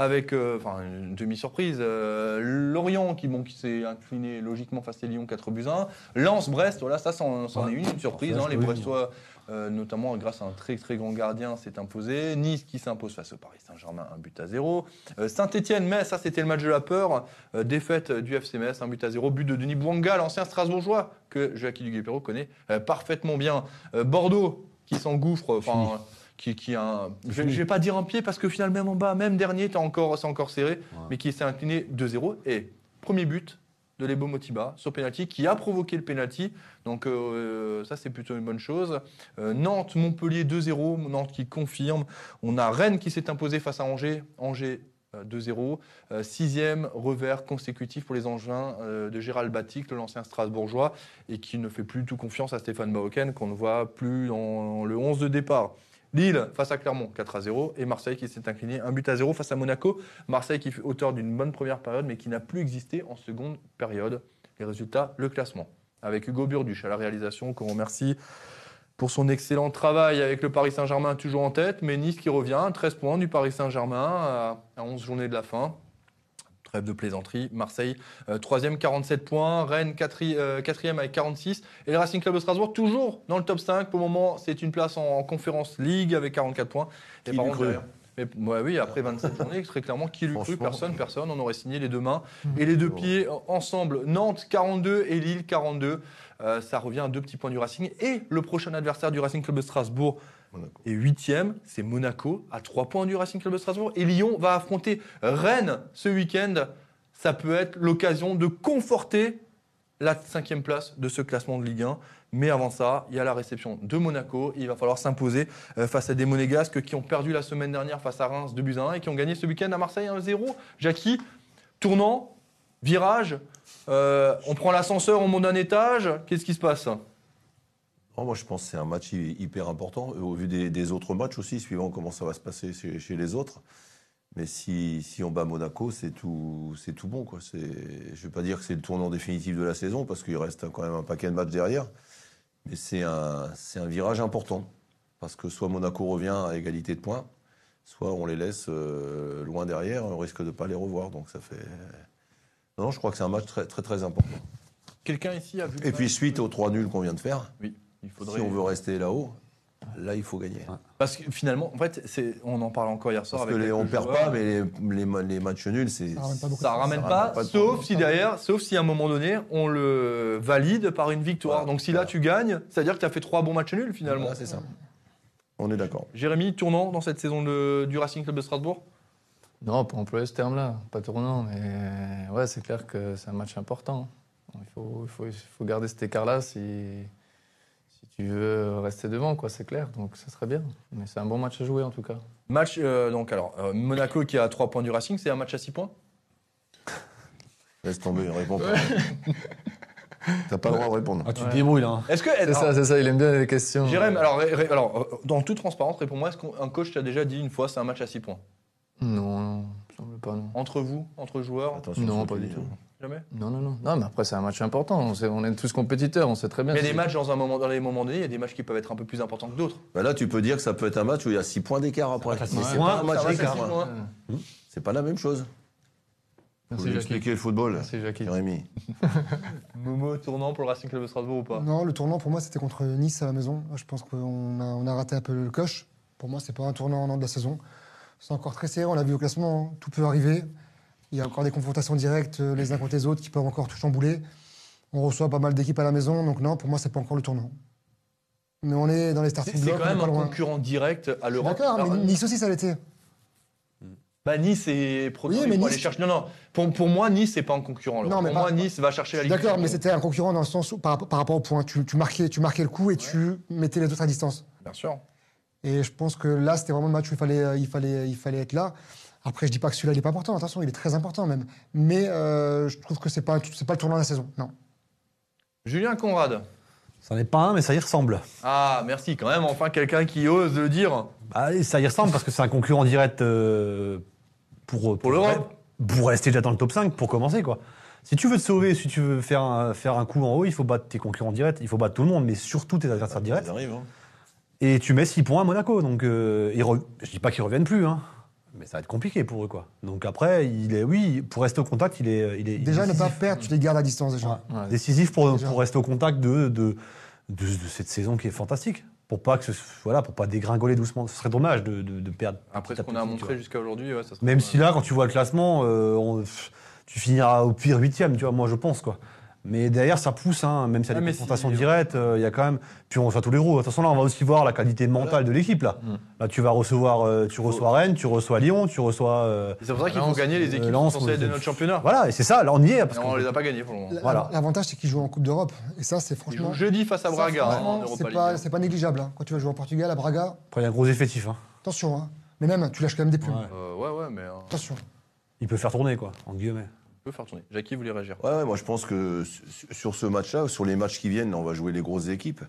avec, euh, enfin, une demi-surprise. Euh, Lorient qui, bon, qui s'est incliné logiquement face à Lyon 4 buts 1. Lens, Brest, voilà, ça, c'en c'en
Ouais.
est une, une surprise.
Ça,
hein.
je
les
peux le
Brestois, euh, notamment grâce à un très très grand gardien, s'est imposé. Nice qui s'impose face au Paris Saint-Germain, un but à zéro. Saint-Etienne, Metz, ça c'était le match de la peur. Euh, défaite du FC Metz, un but à zéro. But de Denis Bouanga, l'ancien Strasbourgeois, que Joachim Duguay-Perrault connaît euh, parfaitement bien. Euh, Bordeaux qui s'engouffre. enfin, Qui, qui a un, je, ne vais pas dire un pied parce que finalement même en bas, même dernier, t'as encore, c'est encore serré, mais qui s'est incliné 2-0. Et premier but de Lebo Motiba sur penalty, qui a provoqué le penalty. Donc euh, ça, c'est plutôt une bonne chose. Euh, Nantes, Montpellier 2-0, Nantes qui confirme. On a Rennes qui s'est imposée face à Angers. Angers euh, 2-0. Euh, sixième revers consécutif pour les Angevins euh, de Gérald Batic, l'ancien Strasbourgeois, et qui ne fait plus du tout confiance à Stéphane Bahoken, qu'on ne voit plus dans le 11 de départ. Lille face à Clermont 4 à 0 et Marseille qui s'est incliné un but à 0 face à Monaco. Marseille qui fait auteur d'une bonne première période mais qui n'a plus existé en seconde période. Les résultats, le classement. Avec Hugo Burduche à la réalisation qu'on remercie pour son excellent travail avec le Paris Saint-Germain toujours en tête, mais Nice qui revient, 13 points du Paris Saint-Germain à- à 11 journées de la fin. Trêve de plaisanterie. Marseille, euh, troisième, 47 points. Rennes, quatri- euh, quatrième avec 46. Et le Racing Club de Strasbourg, toujours dans le top 5. Pour le moment, c'est une place en, conférence League avec 44 points. Et
Qui
par
l'eût
contre,
cru
derrière- mais, ouais, oui, après 27 journées, très clairement, qui l'eût cru
Franchement. euh.
Personne, personne. On aurait signé les deux mains et les deux pieds en- ensemble. Nantes 42 et Lille 42. Euh, ça revient à deux petits points du Racing. Et le prochain adversaire du Racing Club de Strasbourg
Monaco.
est huitième. C'est Monaco à trois points du Racing Club de Strasbourg. Et Lyon va affronter Rennes ce week-end. Ça peut être l'occasion de conforter la cinquième place de ce classement de Ligue 1. Mais avant ça, il y a la réception de Monaco. Il va falloir s'imposer euh, face à des Monégasques qui ont perdu la semaine dernière face à Reims de buts à 1 et qui ont gagné ce week-end à Marseille 1-0. Jackie, tournant, virage, euh, on prend l'ascenseur, on monte un étage. Qu'est-ce qui se passe
Oh, moi, je pense que c'est un match hy- hyper important, euh, au vu des, des autres matchs aussi, suivant comment ça va se passer chez, chez les autres. Mais si, si on bat Monaco, c'est tout, c'est tout bon. Quoi. C'est- Je ne vais pas dire que c'est le tournant définitif de la saison, parce qu'il reste quand même un paquet de matchs derrière. Mais c'est un, c'est un virage important, parce que soit Monaco revient à égalité de points, soit on les laisse euh, loin derrière, on risque de ne pas les revoir. Donc ça fait... Non, non, je crois que c'est un match très très, très important.
Quelqu'un ici a vu le
Et puis
match
suite aux 3 nuls qu'on vient de faire,
Oui, il faudrait.
si on veut rester là-haut, là, il faut gagner.
Parce que finalement, en fait, c'est- on en parle encore hier soir.
Parce que
avec
les,
quelques
on perd
joueurs.
pas, mais les, les ma- les matchs nuls, c'est.
Ça ramène pas beaucoup.
Ça ramène
Ça
pas,
ramène pas de
sauf
points.
si derrière, sauf si à un moment donné, on le valide par une victoire.
Voilà.
Donc si là
Voilà.
tu gagnes, c'est-à-dire que tu as fait trois bons matchs nuls finalement.
Voilà, c'est ça. On est d'accord.
Jérémy, tournant dans cette saison de- du Racing Club de Strasbourg
Non, pas employer ce terme-là, pas tournant, mais ouais, c'est clair que c'est un match important. Il faut, il faut, il faut garder cet écart-là si, si tu veux rester devant, quoi, c'est clair. Donc ça serait bien. Mais c'est un bon match à jouer en tout cas.
Match, euh, donc alors, euh, Monaco qui est à 3 points du Racing, c'est un match à 6 points
Laisse tomber, réponds pas. T'as pas le droit de répondre.
Ah, tu
Ouais.
te débrouilles, là.
Est-ce que.
C'est
alors,
ça, c'est ça, il aime bien les questions.
Jérém, alors, ré- ré- alors, euh, dans toute transparence, réponds-moi, est-ce qu'un coach t'a déjà dit une fois c'est un match à 6 points
Non, non, il me semble pas, non.
Entre vous, entre joueurs
Attention,
non,
faut
pas
le
du
dire.
tout.
Jamais
Non, non, non. Non, mais après, c'est un match important. On, sait- on est tous compétiteurs, on sait très bien.
Il y a des
si-
matchs dans, un moment, dans les moments donnés, il y a des matchs qui peuvent être un peu plus importants que d'autres.
Bah là, tu peux dire que ça peut être un match où il y a 6 points d'écart après.
Ça va,
Mais
ça
c'est
va,
pas un
ça
match
va, ça
d'écart.
va.
Ouais.
C'est pas la même chose. Vous
Merci,
lui
Jackie.
expliquer le football,
Merci, Jackie.
Jérémy.
Momo tournant pour le Racing Club de Strasbourg ou pas
Non, le tournant pour moi c'était contre Nice à la maison. Je pense qu'on a, on a raté un peu le coche. Pour moi, c'est pas un tournant non, de la saison. C'est encore très serré, on l'a vu au classement, hein. tout peut arriver. Il y a encore des confrontations directes euh, les uns contre les autres qui peuvent encore tout chambouler. On reçoit pas mal d'équipes à la maison, donc non, pour moi, c'est pas encore le tournant. Mais on est dans les
C'est
starting
c'est
blocks,
quand
on est
même
pas
un
loin.
concurrent direct à
Je suis
l'Europe.
D'accord,
Alors,
mais Nice aussi, ça l'était.
Bah, Nice est premier
Oui,
pour
mais
aller
Nice-
chercher. Non, non. Pour, pour moi, Nice, c'est pas un concurrent. alors.
Non, mais
pour
pas-
moi, Nice va chercher la Ligue.
D'accord,
des
mais
Champions.
c'était un concurrent dans le sens où, par, rapport- par rapport au point, tu, tu marquais, tu marquais le coup et tu mettais les autres à distance.
Bien sûr.
Et je pense que là, c'était vraiment le match où il fallait, euh, il fallait, il fallait être là. Après, je dis pas que celui-là, il est pas important. Attention, il est très important même. Mais euh, je trouve que c'est pas, c'est pas le tournant de la saison. Non.
Julien Conrad.
Ça n'est pas un, mais ça y ressemble.
Ah, merci quand même. Enfin, quelqu'un qui ose le dire.
Bah, Allez, ça y ressemble parce que c'est un concurrent direct euh, pour,
Pour l'Europe.
Pour rester déjà dans le top 5, pour commencer, quoi. Si tu veux te sauver, si tu veux faire un, faire un coup en haut, il faut battre tes concurrents directs, il faut battre tout le monde, mais surtout tes adversaires directs.
Ils arrivent, hein.
Et tu mets 6 points à Monaco. Donc, euh, ils re- je dis pas qu'ils reviennent plus, hein, mais ça va être compliqué pour eux, quoi. Donc après, il est, oui, pour rester au contact, il est, il est il est
Déjà, ne pas
décisif.
perdre, tu les gardes à distance déjà.
Ouais.
Ouais.
décisif pour,
Déjà.
pour rester au contact de, de, de- de cette saison qui est fantastique. Pour pas que ce- voilà, pour pas dégringoler doucement. Ce serait dommage de, de- de perdre.
Après
petit
ce
à
qu'on a
petit, tu vois.
montré jusqu'à aujourd'hui, ouais, ça serait-
Même si là, quand tu vois le classement, euh, on- pff, tu finiras au pire huitième, tu vois, moi je pense, quoi. Mais derrière, ça pousse, hein, même s'il y a
Ah,
des
mais
confrontations
si-
directes, euh, il y a quand même. Puis on reçoit tous les roues. De toute façon, là, on va aussi voir la qualité mentale de l'équipe, là. Mmh.
Mm.
Là, tu vas recevoir. euh, tu reçois Rennes, tu reçois Lyon, tu reçois. euh,
C'est pour ça qu'il
Lens,
faut gagner les équipes
Lens,
qui sont censées
on-
être de notre championnat.
Voilà, et c'est ça, là, on y est. Parce
Et on
que-
les a pas gagnés pour le moment.
L-
Voilà.
L'avantage, c'est qu'ils jouent en Coupe d'Europe. Et ça, c'est
Ils
franchement.
jouent jeudi face à
ça,
Braga hein,
franchement,
en Europa
c'est
League.
pas, c'est pas négligeable. hein. Quand tu vas jouer en Portugal, à Braga,
Après, il y a un gros effectif. hein.
attention. hein. Mais même, tu lâches quand même des plumes.
Ouais.
Euh, ouais, ouais, mais euh, on
Attention.
Il peut faire tourner, quoi, en guillemets.
peut faire tourner. Jackie voulait réagir.
Ouais, ouais, moi je pense que su- sur ce match-là, sur les matchs qui viennent, on va jouer les grosses équipes.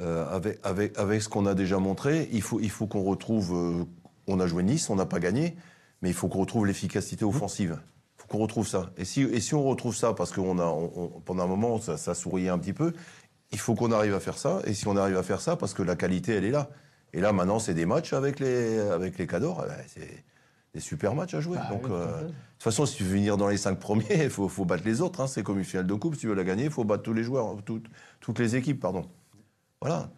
Euh, avec, avec, avec ce qu'on a déjà montré, il faut, il faut qu'on retrouve. euh, on a joué Nice, on n'a pas gagné, mais il faut qu'on retrouve l'efficacité offensive. Il faut qu'on retrouve ça. Et si, et si on retrouve ça, parce que on a, on- on- pendant un moment, ça, ça souriait un petit peu, il faut qu'on arrive à faire ça. Et si on arrive à faire ça, parce que la qualité, elle est là. Et là, maintenant, c'est des matchs avec les, avec les Cadors. eh ben, C'est des super matchs à jouer. Donc. euh, de toute façon, si tu veux venir dans les cinq premiers, il faut, faut battre les autres. hein. C'est comme une finale de coupe. Si tu veux la gagner, il faut battre tous les joueurs, euh, toutes- toutes les équipes, pardon. Voilà.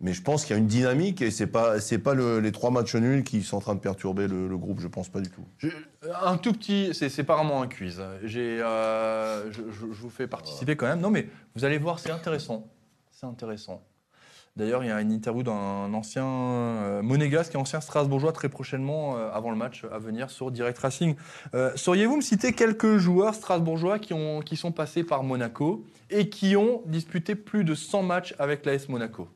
Mais je pense qu'il y a une dynamique et c'est pas, c'est pas le- les trois matchs nuls qui sont en train de perturber le, le groupe. Je pense pas du tout.
Je- euh, un tout petit, c'est c'est pas vraiment un quiz. hein. J'ai, euh, je, je- je vous fais participer quand même. Non, mais vous allez voir, c'est intéressant. C'est intéressant. D'ailleurs, il y a une interview d'un ancien euh, monégasque et ancien strasbourgeois très prochainement, euh, avant le match à venir, sur Direct Racing. Euh, Sauriez-vous me citer quelques joueurs strasbourgeois qui, ont, qui sont passés par Monaco et qui ont disputé plus de 100 matchs avec l'AS Monaco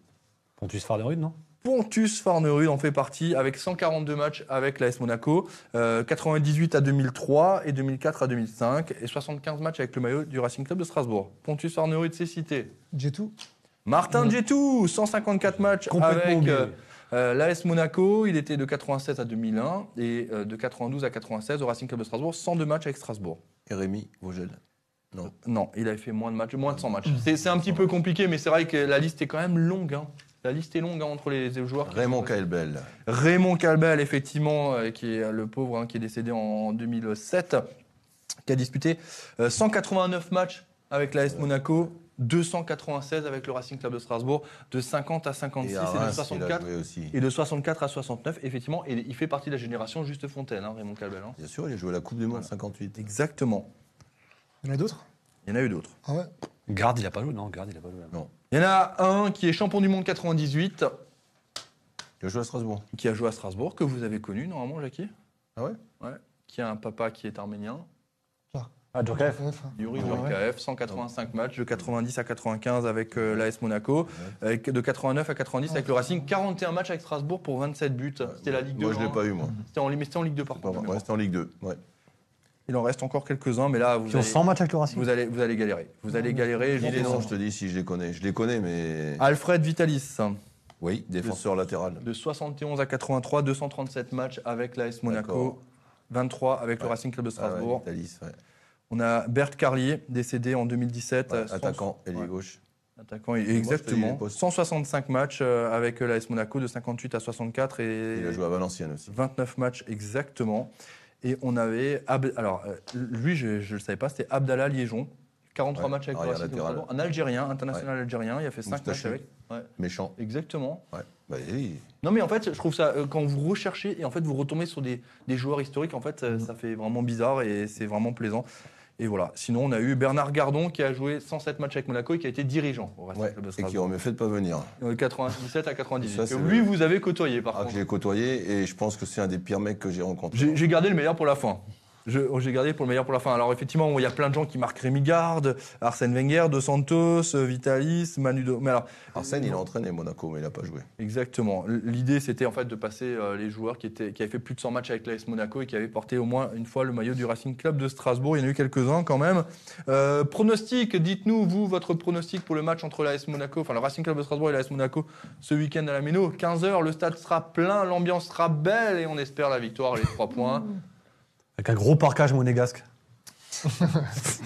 Pontus Farderud, non
Pontus Farnerud en fait partie avec 142 matchs avec l'AS Monaco, euh, 98 à 2003 et 2004 à 2005 et 75 matchs avec le maillot du Racing Club de Strasbourg. Pontus Farnerud, c'est cité.
J'ai tout.
Martin Djetou, 154 matchs
Mm. Complètement
avec
oublié.
euh, euh, l'AS Monaco, il était de 96 à 2001 et euh, de 92 à 96 au Racing Club de Strasbourg, 102 matchs avec Strasbourg.
Et Rémi Vogel.
Non, il avait fait moins de matchs, moins de 100 matchs.
Mm.
C'est c'est un petit peu compliqué, mais c'est vrai que la liste est quand même longue. hein. La liste est longue hein, entre les joueurs. qui
Raymond
sont-
Kaelbel.
Raymond Calbel, effectivement, euh, qui est le pauvre, hein, qui est décédé en 2007, qui a disputé euh, 189 matchs avec l'AS Monaco, 296 avec le Racing Club de Strasbourg, de 50 à 56 et,
à
de
Reims, il a
64.
joué aussi.
Et de 64 à 69, effectivement, et il fait partie de la génération Juste Fontaine, hein, Raymond Calbel. hein.
Bien sûr, il a joué à la Coupe du Monde 58.
Exactement.
Il y en a d'autres
Il y en a eu d'autres.
Ah ouais
Garde, il a pas joué, non Garde, il a pas joué. là.
Il y en a un qui est champion du monde 98,
Il a joué à Strasbourg.
qui a joué à Strasbourg, que vous avez connu normalement, Jackie.
Ah ouais
Ouais. Qui a un papa qui est arménien.
Ah.
Ah, Djokovic.
Yuri
Ah ouais.
Djorkaeff, 185 matchs, de 90 à 95 avec euh, l'AS Monaco, avec- de 89 à 90 avec le Racing, 41 matchs avec Strasbourg pour 27 buts. C'était la Ligue 2.
Moi, je l'ai pas eu, moi.
C'était en, mais c'était en Ligue 2 par
C'est pas
contre.
vrai. Ouais, c'était en Ligue 2. Ouais.
Il en reste encore quelques-uns, mais là, vous
Qui ont
allez,
100 matchs avec le Racing.
vous, allez, vous allez galérer. Vous allez galérer. je
Il
vous
est
dis non.
non, je te dis si je les connais. Je les connais, mais.
Alfred Vitalis,
Oui, défenseur latéral.
de 71 à 83, 237 matchs avec l'AS Monaco,
D'accord.
23 avec le
Ouais.
Racing Club de
Ah ouais,
Strasbourg.
Vitalis, ouais.
On a Bert Carlier, décédé en 2017.
Ouais,
euh, 100
attaquant, ailier
ouais.
gauche.
Attaquant, et-
moi, je te dis
exactement.
les postes.
165 matchs euh, avec euh, l'AS Monaco de 58 à 64 et
Il a joué à Valenciennes aussi.
29 matchs exactement. Et on avait. Ab- Alors, euh, lui, je ne le savais pas, c'était Abdallah Liéjon. 43
Ouais, Ah,
matchs avec le
arrière
Racing de
latéral.
Strasbourg. Un Algérien, international algérien, il a fait 5 matchs
Moustachu.
avec. Ouais,
Méchant.
exactement.
Ouais. Bah, oui.
Non, mais en fait, je trouve ça, euh, quand vous recherchez et en fait vous retombez sur des, des joueurs historiques, en fait,
Mm.
euh, ça fait vraiment bizarre et c'est vraiment plaisant. Et voilà. Sinon, on a eu Bernard Gardon qui a joué 107 matchs avec Monaco et qui a été dirigeant au Racing
Ouais.
Club de
Et qui
Strasbourg.
aurait mieux fait de pas venir.
De 97 Euh, à 98.
Ça, c'est
Que lui,
le-
vous avez côtoyé par
Ah, que
contre.
j'ai côtoyé et je pense que c'est un des pires mecs que j'ai rencontré.
J'ai j'ai gardé le meilleur pour la fin. Je- oh, J'ai gardé pour le meilleur pour la fin. Alors effectivement, il y a plein de gens qui marquent Rémi Garde, Arsène Wenger, De Santos, euh, Vitalis, Manu. Do- Mais alors,
Arsène, il a entraîné Monaco, mais il n'a pas joué.
Exactement. L- L'idée, c'était en fait de passer euh, les joueurs qui, étaient, qui avaient fait plus de 100 matchs avec l'AS Monaco et qui avaient porté au moins une fois le maillot du Racing Club de Strasbourg. Il y en a eu quelques-uns quand même. Euh, pronostic, dites-nous, vous, votre pronostic pour le match entre l'AS Monaco, enfin le Racing Club de Strasbourg et l'AS Monaco ce week-end à la Méno. 15h, le stade sera plein, l'ambiance sera belle et on espère la victoire, les trois points.
Avec un gros parcage monégasque.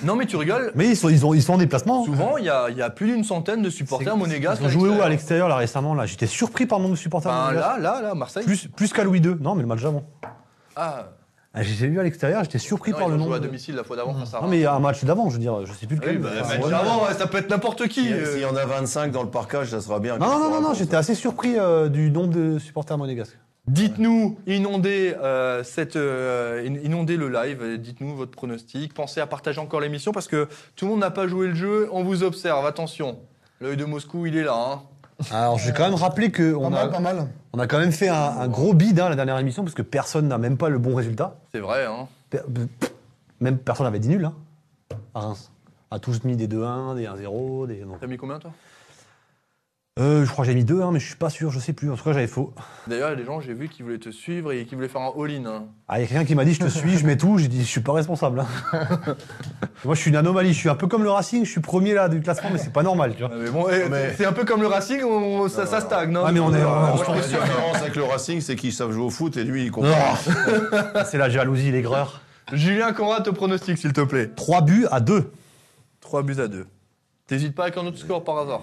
Non, mais tu rigoles.
Mais ils sont, ils ont, ils sont en déplacement. hein.
Souvent, il y a, il y a plus d'une centaine de supporters monégasques.
Ils ont joué où à l'extérieur là récemment là J'étais surpris par le nombre de supporters.
Enfin,
monégasques.
là, là, là, Marseille.
Plus, plus qu'à Louis II. Non, mais le match d'avant.
Ah,
Ah, J'ai vu à l'extérieur, j'étais surpris
non,
par
ils
le
ont
nombre.
joué à
de- Mmh.
domicile la fois d'avant. face à
Non,
Reims.
mais il y a un match d'avant, je veux dire, je sais plus lequel.
Oui, bah,
mais enfin,
match
voilà.
d'avant, ouais, ça peut être n'importe qui. euh.
S'il y en a 25 dans le parcage, ça sera bien.
Non, non, non, non, j'étais assez surpris euh, du nombre de supporters monégasques.
Dites-nous, inondez, euh, cette, euh, in- inondez le live, euh, dites-nous votre pronostic. Pensez à partager encore l'émission parce que tout le monde n'a pas joué le jeu. On vous observe, attention. L'œil de Moscou, il est là. hein.
Alors, je vais quand même rappeler
Pas
qu'on
mal, pas
a,
mal.
on a quand même fait un, un gros bid hein, la dernière émission, parce que personne n'a même pas le bon résultat.
C'est vrai. Hein.
Per- pff, Même personne n'avait dit nul, hein, à Reims. A tous mis des 2-1, des 1-0, des. non.
T'as mis combien, toi
Euh, je crois que j'ai mis 2-1, mais je suis pas sûr, je sais plus. En tout cas, j'avais faux.
D'ailleurs, il y a des gens, j'ai vu, qui voulaient te suivre et qui voulaient faire un all-in. hein.
Ah, il y a quelqu'un qui m'a dit je te suis, je mets tout, j'ai dit je suis pas responsable. hein. Moi, je suis une anomalie, je suis un peu comme le Racing, je suis premier là du classement, mais c'est pas normal, tu vois.
Ah, mais bon, eh,
mais-
C'est un peu comme le Racing, on- ça, ça stagne. hein.
Ah, mais on est- on-
La
on-
Moi, je suis sûr.
différence avec le Racing, c'est qu'ils savent jouer au foot et lui, il comprend.
Non C'est la jalousie, l'aigreur.
Julien Conrad, te pronostic, s'il te plaît.
3 buts à 2.
3 buts à 2. T'hésites pas avec un autre score par hasard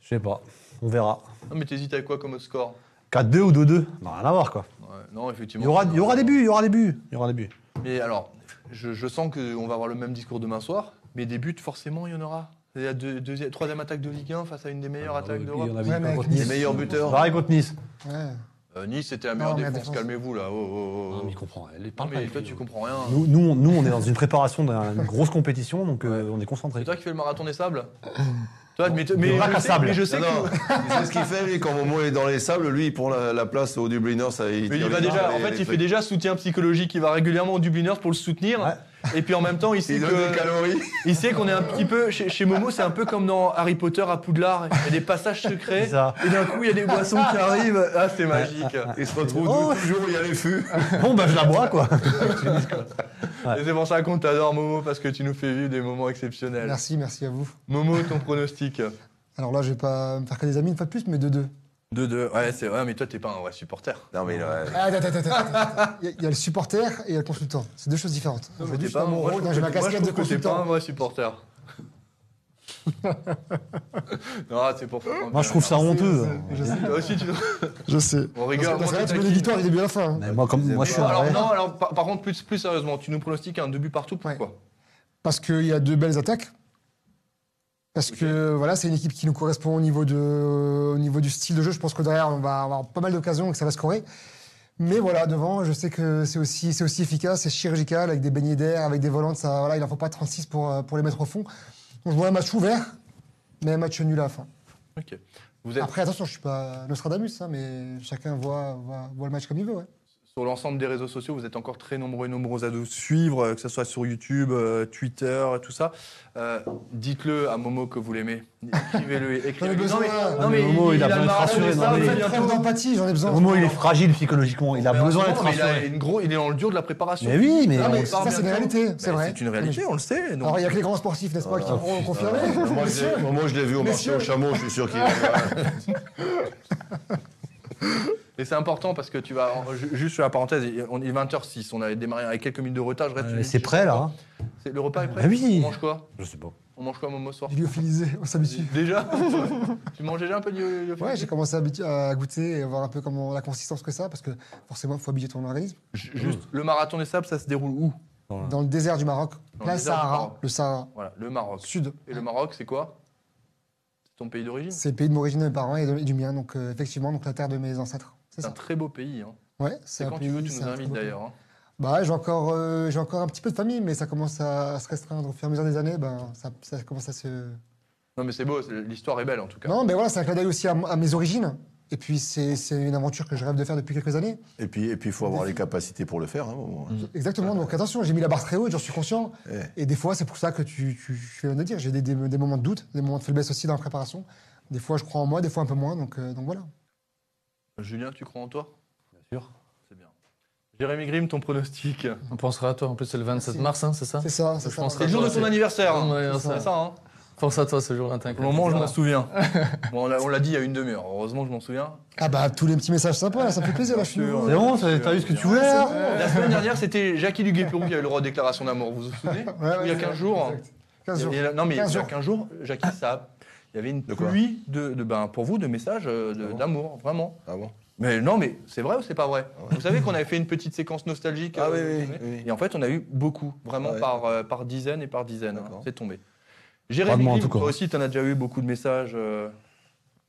Je sais pas, on verra.
Non, mais t'hésites avec quoi comme autre score
4-2 ou 2-2 Non, rien à voir quoi.
Ouais, Non, effectivement.
Il y aura, il y aura des buts, il y aura des buts. Il y aura des buts.
Mais alors, je, je sens qu'on va avoir le même discours demain soir, mais des buts, forcément, il y en aura. C'est la deux- deuxième- troisième attaque de Ligue 1 face à une des meilleures attaques d'Europe.
Ah, Il y en a eu
Ouais, mais
contre
avec
Nice.
Les meilleurs buteurs.
Pareil contre Nice.
Ouais.
Euh, nice, c'était la
Non,
meilleure
mais la
défense,
défense.
calmez-vous là. Oh, oh, oh,
Non,
oh.
Ah, mais il comprend. Elle
Non,
parle pas
mais
avec
toi,
lui.
tu comprends rien.
Nous, nous, on, nous, on est dans une préparation d'une grosse compétition, donc euh, on est
C'est
concentré.
toi qui fais le marathon des sables Toi, mais, mais,
Des
je
vracs à
sais,
sable.
mais je sais
Non,
que.
non, c'est ce qu'il fait, lui, quand Momo est dans les sables, lui, il prend la, la place au Dubliners. ça, il
mais
tire
il va
les
déjà,
barres,
en
les-
fait,
les
il fait
trucs.
déjà soutien psychologique. Il va régulièrement au Dubliners pour le soutenir.
Ouais.
Et puis en même temps, il sait
Il donne des
que,
calories.
il sait qu'on est un petit peu chez, chez Momo, c'est un peu comme dans Harry Potter à Poudlard. Il y a des passages secrets.
C'est ça.
Et d'un coup, il y a des boissons qui arrivent. Ah, c'est magique.
Il se retrouve
Oh.
toujours, il y a les fûts.
Bon, bah je la bois quoi. Ouais.
Et c'est pour ça qu'on t'adore, Momo, parce que tu nous fais vivre des moments exceptionnels.
Merci, merci à vous.
Momo, ton pronostic
Alors là, je vais pas me faire que des amis une fois de plus, mais de deux.
2-2. Ouais, c'est vrai, mais toi, t'es pas un vrai supporter. euh,
Non, mais là,
Ah, attends, attends, attends, attends. Il y a- il y a le supporter et il y a le consultant. C'est deux choses différentes.
Moi,
Aujourd'hui,
t'es
je suis dans
pas,
mon
moi, je
rôle,
trouve
j'ai ma
que- moi, je
casquette de
trouve que t'es pas un
consultant.
vrai supporter. non, c'est pour faire.
Moi je trouve ça honteux.
Je sais.
Toi aussi, tu.
Je sais.
On
Parce
rigole.
que, parce que
on
là,
te
tu mets les
taquine.
victoires du début à la fin. hein.
Mais moi, comme, moi je suis un
alors,
vrai-
non, alors, par, par contre, plus, plus sérieusement, tu nous pronostiques un deux buts partout, pourquoi
Parce qu'il y a deux belles attaques. Parce que voilà, c'est une équipe qui nous correspond au niveau, de, au niveau du style de jeu. Je pense que derrière, on va avoir pas mal d'occasions et que ça va scorer. Mais voilà, devant, je sais que c'est aussi, c'est aussi efficace, c'est chirurgical, avec des beignets d'air, avec des volantes. Ça, voilà, il n'en faut pas 36 pour, euh, pour les mettre au fond. Donc je vois un match ouvert, mais un match nul à la fin.
Ok. Vous êtes
Après, attention, je suis pas Nostradamus, hein, mais chacun voit, voit, voit le match comme il veut. ouais.
Sur l'ensemble des réseaux sociaux, vous êtes encore très nombreux et nombreuses à nous suivre, euh, que ce soit sur YouTube, euh, Twitter, tout ça. Euh, Dites-le à Momo que vous l'aimez. Écrivez-le. écrivez
besoin, là.
non, mais
Momo, il a besoin
le
d'être
marathon
rassuré,
de ça,
non, mais-
mais
Faites Ah, preuve
bientôt-
d'empathie, j'en ai besoin.
Momo, il est fragile psychologiquement. Il a
hein. mais
besoin d'être
absolument, mais il a
rassuré.
une gros- Il est dans le dur de la préparation.
Mais oui, mais
Ah,
on-
mais
mais,
pardon.
Ça, c'est une réalité, c'est
Ben,
vrai.
C'est une réalité, on le sait. donc-
Alors, il n'y a que les grands sportifs, n'est-ce pas, qui
Ah,
pourront confirmer.
Moi, je l'ai- moi, je l'ai vu au marché
Messieurs.
au chameau, je suis sûr qu'il.
Et c'est important parce que tu vas. ju- Juste sur la parenthèse, on est 20h06, on avait démarré avec quelques minutes de retard. je reste une minute
c'est
juste
prêt là.
pour-
hein
C'est- Le repas est prêt
Ah oui.
On mange quoi
Je sais pas.
On mange quoi, Momo, ce soir
Lyophilisé, on s'habitue.
Déjà Tu mangeais déjà un peu de lyo- lyophilisé
Ouais, j'ai commencé à, habitu- à goûter et à voir un peu comment la consistance que ça, parce que forcément, il faut habiller ton organisme.
Ju-
Oh.
Juste, le marathon des sables, ça se déroule où
Dans le désert du Maroc,
Dans le
place
désert du
Sahara,
Maroc.
le Sahara
Voilà, le Maroc.
Sud.
Et le Maroc, c'est quoi C'est ton pays d'origine
C'est le pays de m'origine de mes parents et, de- et du mien, donc euh, effectivement, donc la terre de mes ancêtres. C'est
C'est un
ça.
très beau pays. hein.
Ouais,
C'est
un
quand
pays-
tu veux, tu
c'est
nous
un
invites
très beau
d'ailleurs. hein.
Bah, j'ai encore, euh, j'ai encore un petit peu de famille, mais ça commence à se restreindre au fur et à mesure des années. Ben, ça, ça commence à se.
Non, mais c'est beau, c'est- l'histoire est belle en tout cas.
Non, mais voilà, c'est un clin d'œil aussi à, m- à mes origines. Et puis, c'est c'est une aventure que je rêve de faire depuis quelques années.
Et puis, et puis, il faut avoir les capacités pour le faire. Hein, au moment.
Mm.
Exactement, donc attention, j'ai mis la barre très haute, j'en suis conscient.
Eh.
Et des fois, c'est pour ça que tu, tu, tu viens de dire, j'ai des, des- des moments de doute, des moments de faiblesse aussi dans la préparation. Des fois, je crois en moi, des fois un peu moins, donc, euh, donc voilà.
Julien, tu crois en toi
Bien sûr.
C'est bien. Jérémy Grimm, ton pronostic
On pensera à toi. En plus, c'est le 27
Merci.
mars, hein, c'est ça
Ah.
C'est ça, c'est
Je
ça.
pense
C'est le jour de
c'est-
ton anniversaire. hein.
Ouais,
C'est
ça.
ça, hein
Pense à toi ce jour-là. t'inquiète.
Pour le moment, je m'en souviens. Bon, on l'a- on l'a dit il y a une demi-heure. Heureusement que je m'en souviens.
Ah bah, tous les petits messages sympas, là, ça me fait plaisir, là, je suis
Bien sûr.
nouveau.
C'est bon, ça- t'as eu ce que tu voulais hein. là
La semaine dernière, c'était Jackie Duguay-Pérou qui avait le droit de déclaration d'amour. Vous vous souvenez
ouais,
Il y a
ouais,
15 jours.
exact. 15 jours.
Il y a- non, mais
15
il y a
jours.
15 jours, Jackie, ça. Il y avait une
De quoi
pluie de, de- ben, pour vous de messages euh, de- d'amour, vraiment.
Ah bon
Mais non, mais c'est vrai ou c'est pas vrai Vous savez qu'on avait fait une petite séquence nostalgique.
Ah
euh,
oui,
vous vous
oui,
souvenez
oui.
Et en fait, on a eu beaucoup, vraiment
Ah ouais.
par, euh, par dizaines et par dizaines. hein.
D'accord.
C'est tombé. Jérémy,
Vraiment, en
Grimm,
tout cas.
toi aussi, tu en as déjà eu beaucoup de messages euh,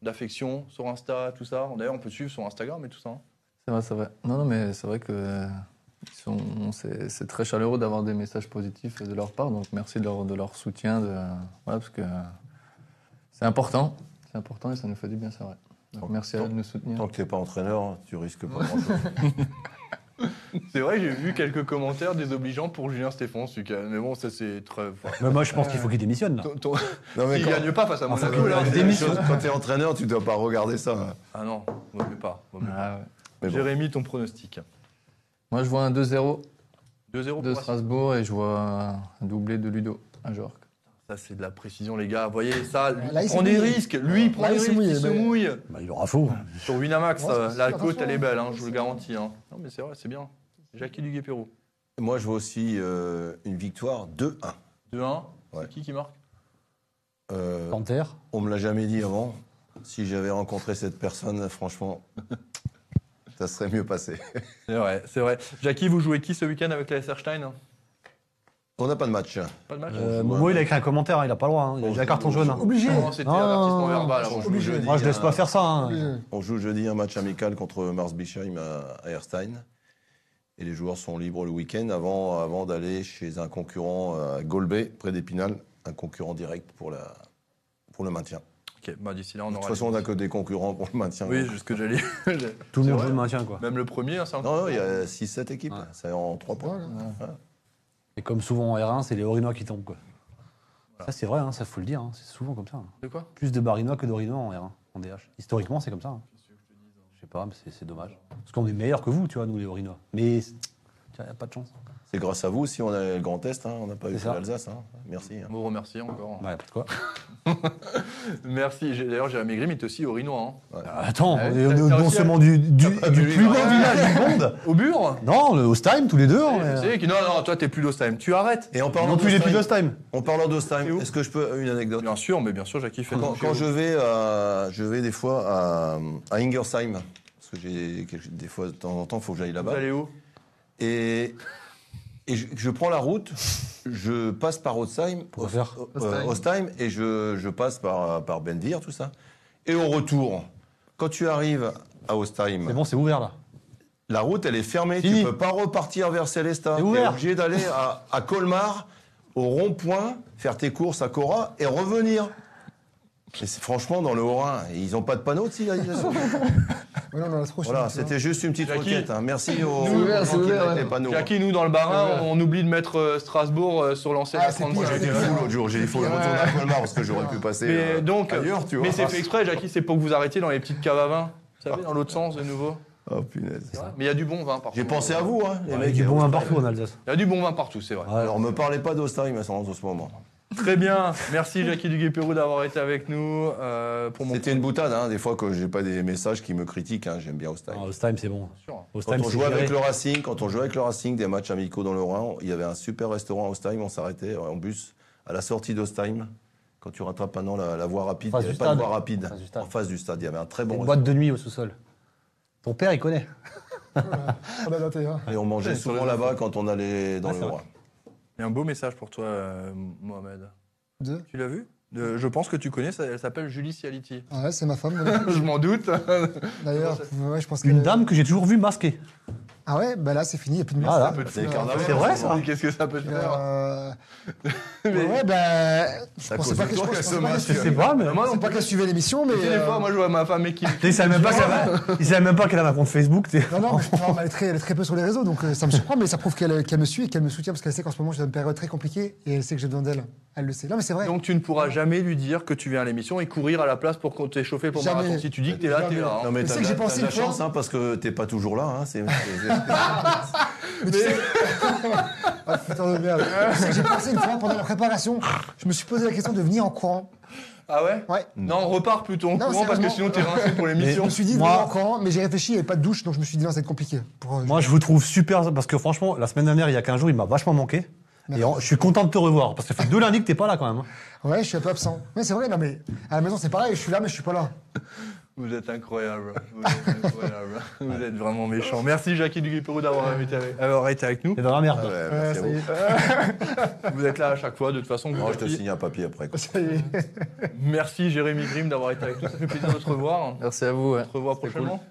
d'affection sur Insta, tout ça. D'ailleurs, on peut te suivre sur Instagram et tout ça. hein.
C'est vrai, c'est vrai. Non, non, mais c'est vrai que euh, ils sont- c'est c'est très chaleureux d'avoir des messages positifs de leur part. Donc merci de leur, de leur soutien. De, voilà, parce que c'est important. C'est important et ça nous fait du bien, c'est vrai. Donc, merci à eux de nous soutenir.
Tant que t'es pas entraîneur, tu risques pas grand-chose.
C'est vrai, j'ai vu quelques commentaires désobligeants pour Julien Stéphane, Suka. Mais bon, ça c'est très. enfin,
Mais moi, je pense qu'il faut qu'il démissionne là.
ton- ton-
Non
S'il gagne pas face à
Enfin,
Monaco, là.
quand-
c'est-
démission.
Quand t'es entraîneur, tu dois pas regarder ça. hein.
Ah non, vaut mieux pas. vaut mieux pas.
Ah ouais.
Mais bon.
Jérémy, ton pronostic
Moi, je vois un 2-0
2-0
de
pour Brest.
Strasbourg et je vois un doublé de Ludo à Jorque.
Ça, c'est de la précision, les gars. Vous voyez, ça, lui,
Là, il
il prend
s'est
des
mouillé.
risques. Lui, il prend
Là,
des
il s'est
risques.
mouillé,
il se
mais-
mouille.
Bah, il aura faux.
Sur Winamax,
Ouais,
euh,
c'est-
la
c'est
côte, elle est
attention,
belle, hein,
hein,
je vous le
c'est-
garantis. hein. Non, mais c'est vrai, c'est bien. Jackie Duguay-Pérou.
Moi, je vois aussi euh, une victoire 2-1.
2-1.
Ouais.
C'est qui qui marque
Euh,
Panter.
on me l'a jamais dit avant. Si j'avais rencontré cette personne, franchement, ça serait mieux passé.
C'est vrai, c'est vrai. Jackie, vous jouez qui ce week-end avec la SR Stein
On n'a pas de match. hein.
Pas de match
Euh,
Ouais.
Momo, il a écrit un commentaire, hein, il a pas le droit. hein. Il a déjà un carton jaune. hein.
Obligé.
Non, c'était
Non,
avertissement
non, non,
verbal. avant
on
le
joue
jeu.
Ah. obligé.
jeudi,
Moi, je laisse
hein.
pas faire ça. hein.
Obligé.
On joue jeudi un match amical contre Mars Bischheim à à Erstein. Et les joueurs sont libres le week-end avant, avant d'aller chez un concurrent euh, à Golbet, près d'Épinal, un concurrent direct pour, la, pour le maintien.
Ok, bah, d'ici là, on
De
aura.
toute
les-
façon, on n'a que des concurrents pour le maintien.
Oui, c'est ce que j'allais.
Tout le
C'est
monde
vrai.
joue le maintien, quoi.
Même le premier, hein, c'est un
Non, non, il y a 6-7 équipes.
Ouais.
C'est en 3 points.
Voilà.
Et comme souvent en R1, c'est les Orinois qui tombent, quoi. Ça, c'est vrai, hein, ça faut le dire. hein, C'est souvent comme ça. hein.
De quoi
Plus de Barinois que d'Orinois en R1, en DH. Historiquement, c'est comme ça. hein. Je sais pas, mais c'est- c'est dommage. Parce qu'on est meilleurs que vous, tu vois, nous, les Orinois. Mais c'est- tu vois, y a pas de chance.
C'est grâce à vous si on a le Grand Est. hein. on n'a pas eu
C'est ça.
l'Alsace. hein. Merci. hein.
On vous remercie encore.
Ouais, pas de quoi.
Merci. J'ai- D'ailleurs, Jérémy Grimm était aussi orinois. hein.
Bah, Attends,
Ah
on
oui,
est
t'as-
on est
t'as
non
aussi-
seulement du, du,
t'as pas
du
vu
plus
les
beau
Orinois.
village du monde.
Au bur
Non, le Ostheim, tous les deux. on est-
Tu sais que- Non, non, toi, t'es plus l'Ostheim. Tu arrêtes.
Et en
Ils
parlant
n'ont plus les plus
d'Ostheim,
d'Ostheim.
en parlant d'Ostheim,
C'est où
est-ce que je peux une anecdote
Bien sûr, mais bien sûr, Jackie fait
Quand, quand je vais, à- je vais des fois à, à Ingersheim, parce que j'ai quelque- des fois de temps en temps, faut que j'aille
Vous
là-bas.
allez où
Et, et je, je prends la route, je passe par Ostheim,
Pourquoi faire
euh,
Ostheim.
Ostheim, et je, je passe par par Benvir, tout ça. Et au retour, quand tu arrives à Ostheim,
Mais bon, c'est ouvert là.
la route elle est fermée,
Fini.
tu peux pas repartir vers Célestat.
C'est
Tu
ouvert.
obligé d'aller à, à Colmar, au rond-point, faire tes courses à Cora et revenir. Et c'est- franchement, dans le Haut-Rhin, ils n'ont pas de panneau de signalisation.
Ouais, non, on en a trop
Voilà,
chez nous, tu
c'était juste une petite
Jackie.
requête. hein. Merci aux
C'est ouvert, c'est
gens qui
ouvert,
mettent les
ouais.
panneaux.
Jackie, nous, dans le barin,
Ouais.
on oublie de mettre euh, Strasbourg euh, sur l'enseigne
Ah,
à
c'est
30
pire,
balles.
c'est
J'étais fou l'autre jour, j'ai dit faut que je retourne à Colmar parce que j'aurais pu passer
Mais
euh,
donc,
ailleurs, tu vois.
Mais c'est fait exprès, Jackie, c'est pour que vous arrêtiez dans les petites caves à vin. Vous savez, dans l'autre sens, de nouveau.
Oh punaise.
Mais il y a du bon vin partout.
J'ai pensé à vous, hein,
Il
les
y a
mecs. Euh,
du bon vin partout en Alsace.
Il y a du bon vin partout, c'est vrai.
Ouais.
Alors, me parlez pas d'Ostheim à Sens en ce moment.
Très bien. Merci, Jackie Duguay-Pérou, d'avoir été avec nous. euh, pour mon
C'était une boutade, hein, des fois que j'ai pas des messages qui me critiquent, hein, j'aime bien Ostheim.
Ah, Ostheim, c'est bon.
Sûr.
Quand
Ostheim,
on
c'est
jouait
géré.
avec le Racing, quand on jouait avec le Racing, des matchs amicaux dans le Rhin, on- il y avait un super restaurant à Ostheim, on s'arrêtait euh, en bus à la sortie d'Ostheim. Quand tu rattrapes maintenant la, la voie rapide,
En face
il n'y avait
du
pas de
stade.
voie rapide.
En face du stade.
En face du stade, il y avait un très bon
Une
restaurant.
boîte de nuit au sous-sol. Ton père, il connaît.
vois. On a daté, hein.
Et on mangeait
Ouais, sur
souvent
les
là-bas quand on allait dans
Ouais,
le
c'est
Rhin.
Il y a un beau message pour toi, euh, Mohamed.
Deux.
Tu l'as vu Euh, Je pense que tu connais, ça- elle s'appelle Julie Cialiti.
Ah ouais, c'est ma femme. voilà.
Je m'en doute.
D'ailleurs, ouais, je pense que.
Une dame que j'ai toujours vue masquée.
Ah ouais, bah là, c'est fini, il n'y a plus de
Ah là.
masque.
C'est les carnavals,
C'est vrai,
souvent.
ça Qu'est-ce que ça peut te faire Mais-
Euh, ouais, ouais, bah. Je
À
pensais
cause
pas
de
que je
toi
pense-
qu'elle
je pensais
se
pas
masque.
que-
Je sais pas, mais.
Moi,
je
non,
sais
pas
pas qu'elle suivait l'émission, mais.
Tu sais, des
euh,
fois, moi, je vois ma femme et qui.
Il savait même pas qu'elle avait- il savait même pas qu'elle avait un compte Facebook. tu sais.
Non, non, mais elle, est très, elle est très peu sur les réseaux, donc euh, ça me surprend, mais ça prouve qu'elle qu'elle me suit et qu'elle me soutient parce qu'elle sait qu'en ce moment, je suis dans une période très compliquée et elle sait que j'ai besoin d'elle. Elle le sait. Non, mais c'est vrai.
Donc, tu ne pourras jamais lui dire que tu viens à l'émission et courir à la place pour qu'on t'échauffe pour
Jamais.
marathon. Si tu dis que t'es là, t'es là. hein.
Non, mais
Tu
t'as
sais
de
que
la,
j'ai pensé
t'as de la
une fois-
chance, hein, parce que t'es pas toujours là. Hein, c'est- c'est- c'est-
Ah, putain de merde. Tu sais que j'ai pensé une fois pendant la préparation, je me suis posé la question de venir en courant.
Ah ouais
Ouais.
Non, on repart plutôt en
Non,
courant parce que sinon
sérieusement.
t'es rincé pour
Je
l'émission.
me suis dit de
Moi-
venir en courant, mais j'ai réfléchi, il n'y avait pas de douche, donc je me suis dit non, ça va être compliqué. Pour, euh,
Moi, je vous trouve super. Parce que franchement, la semaine dernière, il y a 15 jours, il m'a vachement manqué. Et en- je suis content de te revoir. Parce que ça fait deux lundis que t'es pas là quand même. hein.
Ouais, je suis un peu absent. Mais c'est vrai, non, mais à la maison, c'est pareil, je suis là, mais je suis pas là.
Vous êtes incroyable. Vous êtes incroyable. Vous êtes vraiment méchant. Merci Jackie Duguay-Pérou d'avoir invité avec- avoir été avec nous.
C'est dans la merde.
Ah Ouais,
Euh,
merci à vous.
Vous êtes là à chaque fois de toute façon. vous
Oh, je te
appuyez.
signe un papier après. quoi.
Merci Jérémy Grimm d'avoir été avec nous. Ça fait plaisir de te revoir.
Merci à vous. ouais.
On se revoit
C'était
prochainement.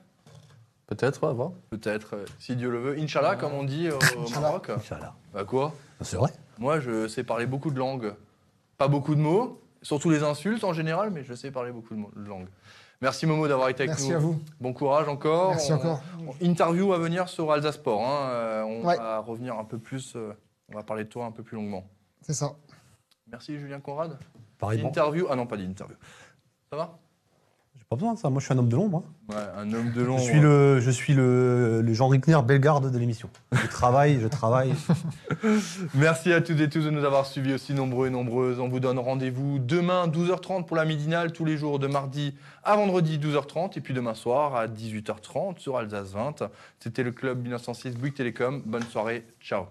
Peut-être, on va voir.
Peut-être, euh, si Dieu le veut. Inch'Allah, comme on dit euh, au Maroc.
Inch'Allah.
Bah quoi
C'est vrai.
Moi, je sais parler beaucoup de langues. Pas beaucoup de mots, surtout les insultes en général, mais je sais parler beaucoup de, mots- de langues. Merci Momo d'avoir été avec
Merci
nous.
à vous.
Bon courage encore.
Merci
Oh.
On-
encore.
on- Interview à venir sur Alsace Sport. hein. Euh, on
Ouais.
va revenir un peu plus. euh, on va parler de toi un peu plus longuement.
C'est ça.
Merci Julien Conrad.
Pareil. bon.
Interview. Ah non, pas d'interview. Ça va
J'ai pas besoin de ça. Moi, je suis un homme de l'ombre. hein.
Ouais, un homme de long.
Je suis le, je suis le, le Jean Rickner Bellegarde de l'émission. Je travaille, je travaille.
Merci à toutes et tous de nous avoir suivis aussi nombreux et nombreuses. On vous donne rendez-vous demain 12h30 pour la midinale tous les jours de mardi à vendredi 12h30 et puis demain soir à 18h30 sur Alsace 20. C'était le club 1906 Bouygues Télécom. Bonne soirée. Ciao.